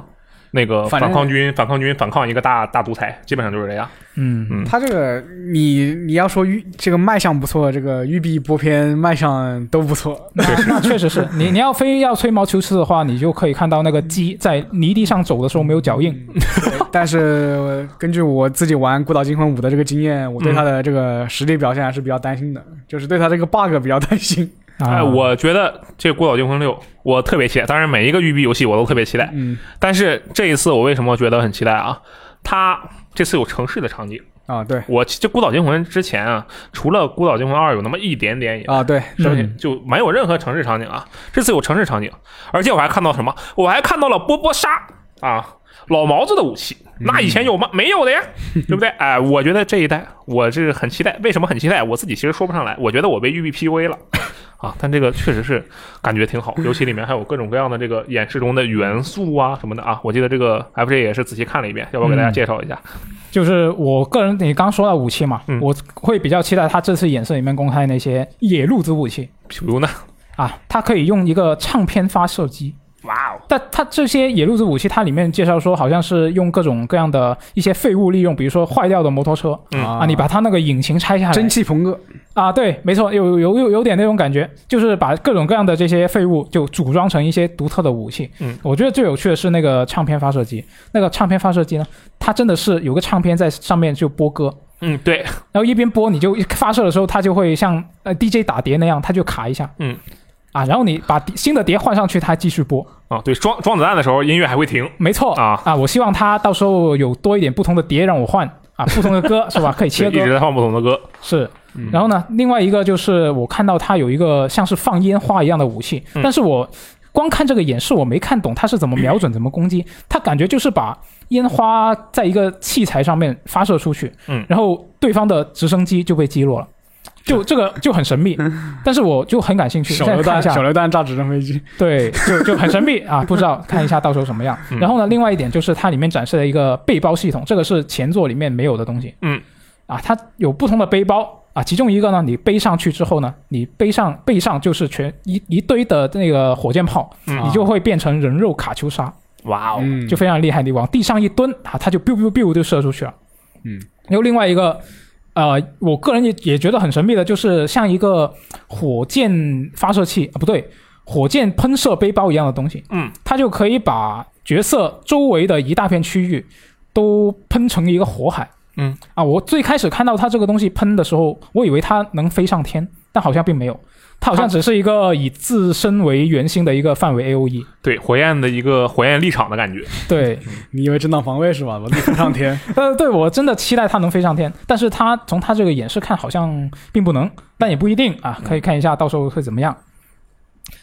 S4: 那个
S3: 反
S4: 反
S3: 正
S4: 抗军，反抗军反抗一个大大独裁，基本上就是这样。
S2: 嗯，
S4: 嗯
S3: 他这个你你要说玉这个卖相不错，这个玉碧播片卖相都不错，
S2: 那那确实是你，你要非要吹毛求疵的话，你就可以看到那个鸡在泥地上走的时候没有脚印。
S3: 哎但是我根据我自己玩《孤岛惊魂五》的这个经验，我对他的这个实力表现还是比较担心的，就是对他这个 bug 比较担心。
S2: 啊，
S4: 哎，我觉得这《孤岛惊魂六》我特别期待，当然每一个育碧游戏我都特别期待，
S3: 嗯，
S4: 但是这一次我为什么觉得很期待啊？它这次有城市的场景，
S3: 啊，对，
S4: 我其这《孤岛惊魂》之前啊，除了《孤岛惊魂二》有那么一点点以外，
S3: 啊，对，
S4: 剩
S2: 嗯
S4: 下就没有任何城市场景啊。这次有城市场景，而且我还看到什么？我还看到了波波沙啊，老毛子的武器，
S2: 嗯
S4: 那以前有吗？没有 的呀，对不对？哎，我觉得这一代我是很期待，为什么很期待？我自己其实说不上来，我觉得我被育碧 PUA 了。啊，但这个确实是感觉挺好，尤其里面还有各种各样的这个演示中的元素啊什么的啊。我记得这个 FJ 也是仔细看了一遍，要不要给大家
S2: 嗯
S4: 介绍一下？
S2: 就是我个人，你刚说到武器嘛，
S4: 嗯
S2: 我会比较期待他这次演示里面公开那些野路子武器
S4: 比如呢？
S2: 啊，它可以用一个唱片发射机。
S4: 哇哦，
S2: 但它这些野路子武器，它里面介绍说，好像是用各种各样的一些废物利用，比如说坏掉的摩托车
S4: 嗯
S2: 啊，你把它那个引擎拆下来，
S3: 蒸汽朋克，
S2: 啊，对，没错，有有有有点那种感觉，就是把各种各样的这些废物就组装成一些独特的武器。
S4: 嗯
S2: 我觉得最有趣的是那个唱片发射机，那个唱片发射机呢，它真的是有个唱片在上面就播歌，
S4: 嗯，对，
S2: 然后一边播你就发射的时候，它就会像呃 DJ 打碟那样，它就卡一下。
S4: 嗯。
S2: 啊，然后你把碟新的碟换上去，它继续播，
S4: 啊，对，装装子弹的时候音乐还会停，
S2: 没错
S4: 啊
S2: 我希望它到时候有多一点不同的碟让我换啊，不同的 歌是吧？可以切
S4: 对
S2: 歌
S4: 一直在放不同的歌。
S2: 是，
S3: 嗯
S2: 然后呢，另外一个就是我看到它有一个像是放烟花一样的武器，
S4: 嗯
S2: 但是我光看这个演示，我没看懂它是怎么瞄准、怎么攻击。它感觉就是把烟花在一个器材上面发射出去，
S4: 嗯
S2: 然后对方的直升机就被击落了。就这个就很神 秘，但是我就很感兴趣。
S3: 手
S2: 现在
S3: 榴
S2: 看一
S3: 弹，
S2: 下
S3: 手，榴弹炸直升飞机，
S2: 对，就就很神秘啊，不知道看一下到时候什么样。
S4: 嗯
S2: 然后呢，另外一点就是它里面展示了一个背包系统，这个是前作里面没有的东西。
S4: 嗯，
S2: 啊，它有不同的背包啊，其中一个呢，你背上去之后呢，你背上背上就是全一一堆的那个火箭炮，
S4: 嗯
S2: 你就会变成人肉卡秋莎，
S4: 哇哦，
S3: 嗯，
S2: 就非常厉害。你往地上一蹲啊，它就 biu biu biu 就射出去了。
S3: 嗯，
S2: 然后另外一个。呃，我个人也也觉得很神秘的，就是像一个火箭发射器啊，不对，火箭喷射背包一样的东西，
S4: 嗯，
S2: 它就可以把角色周围的一大片区域都喷成一个火海。
S4: 嗯，
S2: 啊，我最开始看到它这个东西喷的时候，我以为它能飞上天，但好像并没有。它好像只是一个以自身为圆心的一个范围 A O E。
S4: 对火焰的一个火焰立场的感觉。
S2: 对，
S3: 你以为正当防卫是吧？我立刻上 天，
S2: 呃，对我真的期待它能飞上天，但是它从它这个演示看，好像并不能，但也不一定啊，可以看一下到时候会怎么样。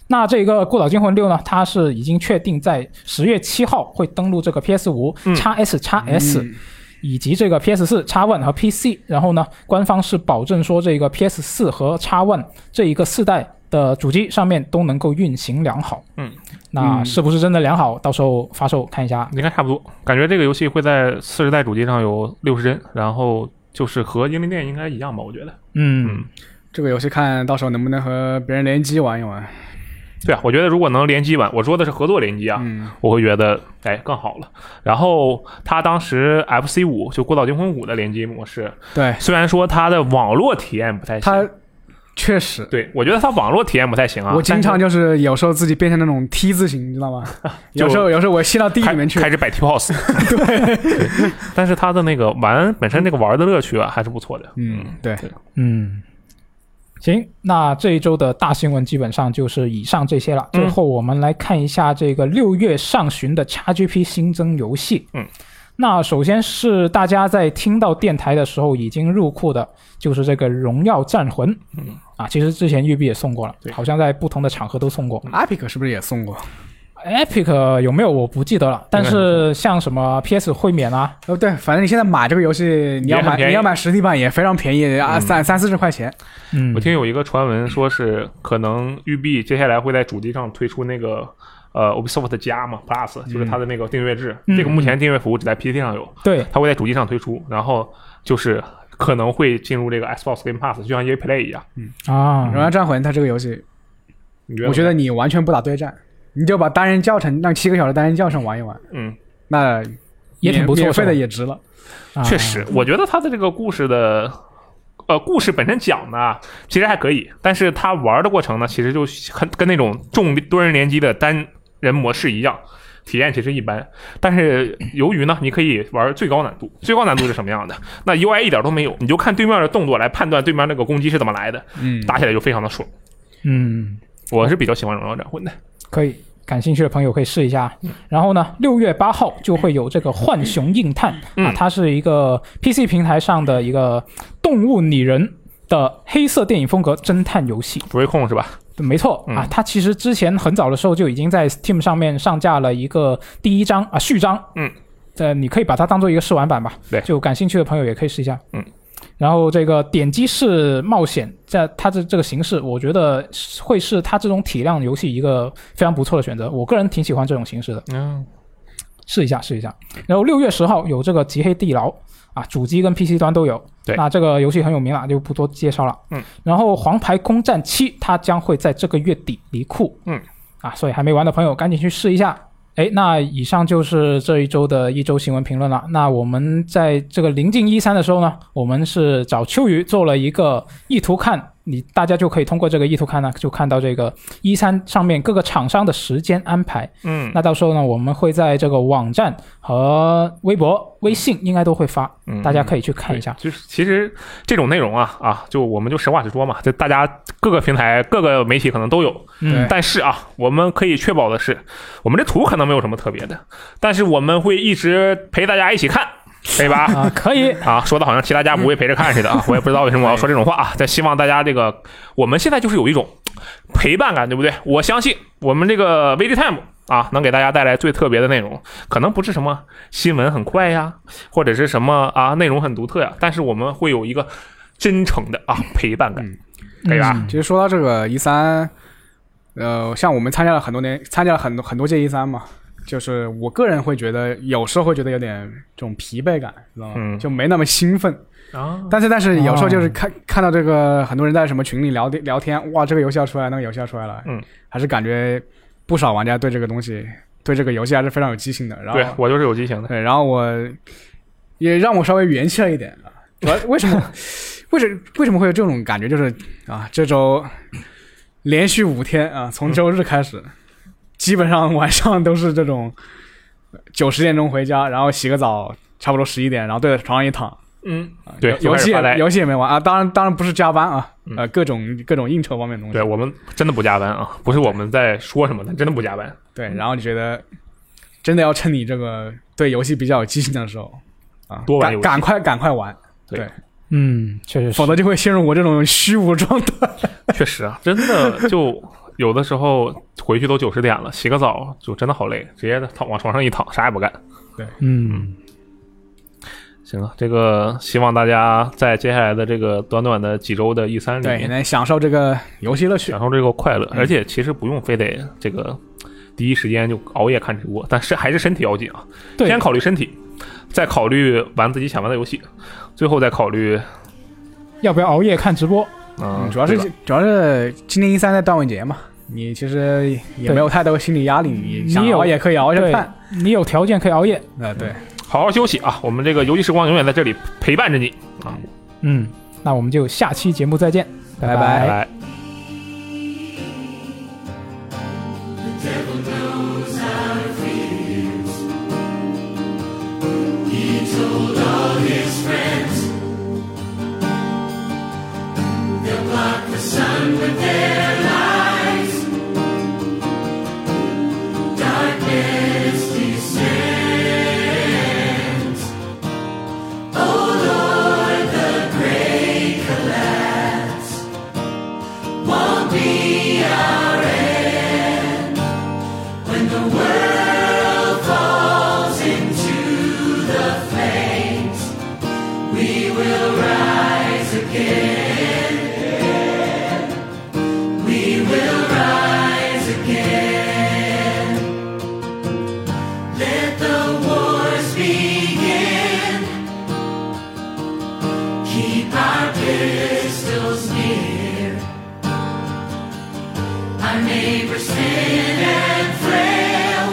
S2: 那这个《孤岛惊魂六》呢，它是已经确定在十月七号会登陆这个 PS 五、
S4: 嗯
S2: x S、x S
S3: 嗯
S2: 以及这个 PS 四、x One 和 PC。然后呢，官方是保证说这个 PS 四和 x One 这一个四代的主机上面都能够运行良好。
S4: 嗯，
S2: 那
S3: 嗯
S2: 是不是真的良好？到时候发售看一下。
S4: 应该差不多。感觉这个游戏会在四十代主机上有六十帧，然后就是和英灵殿应该一样吧，我觉得。
S2: 嗯，
S3: 这个游戏看到时候能不能和别人联机玩一玩。
S4: 对啊，我觉得如果能联机玩，我说的是合作联机啊，
S3: 嗯，
S4: 我会觉得哎更好了。然后它当时 FC 五就《孤岛惊魂五》的联机模式，
S3: 对，
S4: 虽然说它的网络体验不太行，
S3: 它确实，
S4: 对我觉得它网络体验不太行啊。
S3: 我经常
S4: 但是
S3: 就是有时候自己变成那种 T 字形，你知 道吗？有时候有时候我吸到地
S4: 开
S3: 里面去
S4: 开，始摆 T pose，对， 但是它的那个玩本身那个玩的乐趣啊还是不错的。
S3: 嗯，对，
S2: 嗯，行，那这一周的大新闻基本上就是以上这些了。
S4: 嗯
S2: 最后我们来看一下这个六月上旬的 XGP 新增游戏。
S4: 嗯，
S2: 那首先是大家在听到电台的时候已经入库的，就是这个《荣耀战魂》。
S4: 嗯，
S2: 啊，其实之前育碧也送过了，
S4: 对嗯
S2: 好像在不同的场合都送过。
S3: 阿皮克是不是也送过？
S2: Epic 有没有我不记得了，但
S4: 应该
S2: 是像什么 PS 会免啊，
S3: 哦，对，反正你现在买这个游戏，你要
S4: 也很
S3: 买
S4: 便宜
S3: 你要买实体版也非常便宜啊，
S4: 嗯
S3: 三三四十块钱。
S2: 嗯，
S4: 我听有一个传闻说是可能育碧接下来会在主机上推出那个呃 Ubisoft 加嘛 Plus，就是它的那个订阅制。
S2: 嗯
S4: 这个目前订阅服务只在 PC 上有，
S2: 对，
S4: 它会在主机上推出，然后就是可能会进入这个 Xbox Game Pass，就像 EA Play 一样。嗯
S2: 啊，
S3: 荣耀战魂它这个游戏，
S4: 你
S3: 我觉
S4: 呢
S3: 得你完全不打对战，你就把单人教程让七个小时单人教程玩一玩，
S4: 嗯，
S3: 那
S2: 也
S3: 免
S2: 挺不错
S3: 免费的
S2: 是吧
S3: 也值了。
S2: 啊
S4: 确实，我觉得它的这个故事的。呃，故事本身讲呢，其实还可以，但是它玩的过程呢，其实就很跟那种重多人联机的单人模式一样，体验其实一般。但是由于呢，你可以玩最高难度， 最高难度是什么样的？那 UI 一点都没有，你就看对面的动作来判断对面那个攻击是怎么来的，
S3: 嗯
S4: 打起来就非常的爽。
S2: 嗯。
S4: 我是比较喜欢荣耀战魂的，
S2: 可以，感兴趣的朋友可以试一下。然后呢，六月八号就会有这个《浣熊硬探》啊
S4: 嗯，
S2: 它是一个 PC 平台上的一个动物拟人的黑色电影风格侦探游戏。
S4: 不会控是吧？
S2: 没错
S4: 嗯
S2: 啊，它其实之前很早的时候就已经在 Steam 上面上架了一个第一章啊序章，
S4: 嗯，
S2: 呃，你可以把它当做一个试玩版吧，
S4: 对
S2: 就感兴趣的朋友也可以试一下，
S4: 嗯。
S2: 然后这个点击式冒险，在它这这个形式，我觉得是会是它这种体量游戏一个非常不错的选择。我个人挺喜欢这种形式的，
S4: 嗯，
S2: 试一下试一下。然后六月十号有这个《极黑地牢》啊，主机跟 PC 端都有。
S4: 对
S2: 那这个游戏很有名了，就不多介绍了。
S4: 嗯，
S2: 然后《黄牌空战七》它将会在这个月底离库。
S4: 嗯，
S2: 啊，所以还没玩的朋友赶紧去试一下。哎，那以上就是这一周的一周新闻评论了。那我们在这个临近一三的时候呢，我们是找秋雨做了一个意图看，你大家就可以通过这个意图看呢，就看到这个一三上面各个厂商的时间安排。
S4: 嗯，
S2: 那到时候呢，我们会在这个网站和微博、微信应该都会发，
S4: 嗯
S2: 大家可以去看一下。
S4: 对就是其实这种内容啊啊，就我们就实话实说嘛，就大家各个平台、各个媒体可能都有，
S2: 嗯，
S4: 但是啊，我们可以确保的是，我们这图可能没有什么特别的，但是我们会一直陪大家一起看，可 以吧？
S2: 啊，可 以，
S4: 啊，说的好像其他家不会陪着看似的啊，我也不知道为什么我要说这种话啊，但希望大家这个，我们现在就是有一种陪伴感，对不对？我相信我们这个 VG Time 啊，能给大家带来最特别的内容，可能不是什么新闻很快呀，或者是什么啊内容很独特呀，但是我们会有一个真诚的啊陪伴感，可以吧？
S2: 嗯
S3: 其实说到这个一三，呃，像我们参加了很多年，参加了很多很多届一 E 三嘛，就是我个人会觉得有时候会觉得有点这种疲惫感，知道吗？
S4: 嗯
S3: 就没那么兴奋。
S4: 啊，
S3: 但是但是有时候
S4: 哦
S3: 就是看、看到这个很多人在什么群里聊天聊天，哇，这个游戏要出来，那个游戏要出来了，
S4: 嗯，
S3: 还是感觉不少玩家对这个东西，对这个游戏还是非常有激情的。然后
S4: 对我就是有激情的，
S3: 对，然后我也让我稍微元气了一点啊。主 要为什么？为什为什么会有这种感觉？就是啊，这周连续五天啊，从周日开
S4: 嗯
S3: 始，基本上晚上都是这种九十点钟回家，然后洗个澡，差不多十一点，然后对着床上一躺，
S4: 嗯，对，就
S3: 游
S4: 开始
S3: 戏
S4: 发
S3: 也
S4: 呆
S3: 游戏也没玩啊，当然当然不是加班啊，
S4: 嗯
S3: 呃，各种各种应酬方面的东西。
S4: 对我们真的不加班啊，不是我们在说什么，但真的不加班。
S3: 对，然后你觉得真的要趁你这个对游戏比较有激情的时候啊，
S4: 多玩
S3: 赶
S4: 游戏
S3: 赶快赶快玩，
S2: 嗯，确实是
S3: 否则就会陷入我这种虚无状态。
S4: 确实啊，真的就有的时候回去都九十点了，洗个澡就真的好累，直接躺往床上一躺，啥也不干。
S2: 嗯，
S4: 行啊，这个希望大家在接下来的这个短短的几周的 E 三 里
S3: 对，嗯
S4: 面
S3: 能享受这个游戏乐趣
S4: 享。受这个快乐，而且其实不用非得这个第一时间就熬夜看直播，但是还是身体要紧啊，
S2: 对，
S4: 先考虑身体，再考虑玩自己想玩的游戏，最后再考虑
S2: 要不要熬夜看直播？
S4: 嗯
S3: 嗯，，主要是
S4: 对吧
S3: 主要是今年一三在端午节嘛，你其实也没有太多心理压力，你想
S2: 你有
S3: 熬也可以熬夜
S2: 对
S3: 看。，
S2: 你有条件可以熬夜。
S3: 呃，对，
S4: 好好休息啊，我们这个游戏时光永远在这里陪伴着你，
S2: 嗯，那我们就下期节目再见，
S3: 拜拜
S4: 拜拜。
S1: Keep our pistols near. Our neighbors thin and frail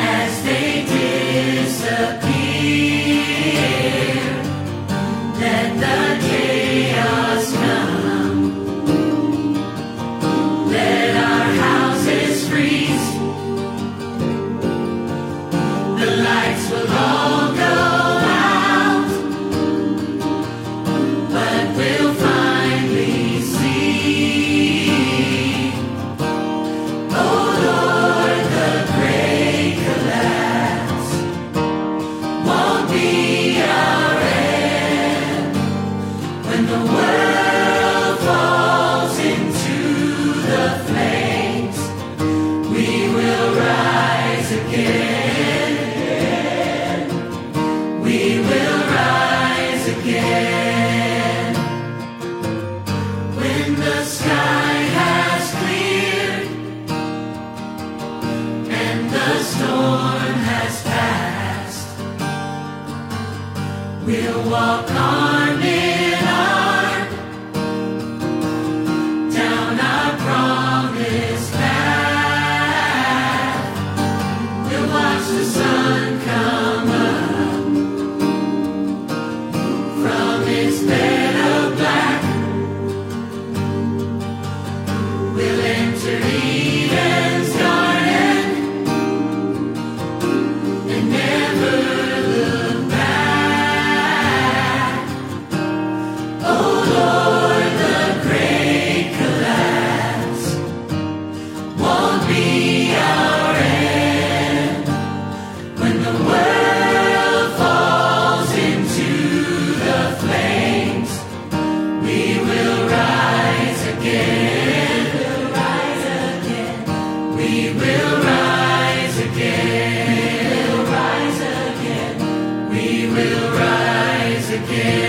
S1: as they disappear. Let the chaos come. Let our houses freeze. The lights will all go out but we'll finally see. Oh Lord, the great collapse won't be our end when the world falls into the flames. We will rise again. We will rise again. When the sky has cleared and the storm has passed, we'll walk arm in arm down our promised path. We'll watch the sun come up from its bed of black. We'll enter Eden's garden and never look back. Oh Lord, the great collapse won't be our end when the world falls into the flames. We will rise again. We will rise again. We will rise again. We will rise again.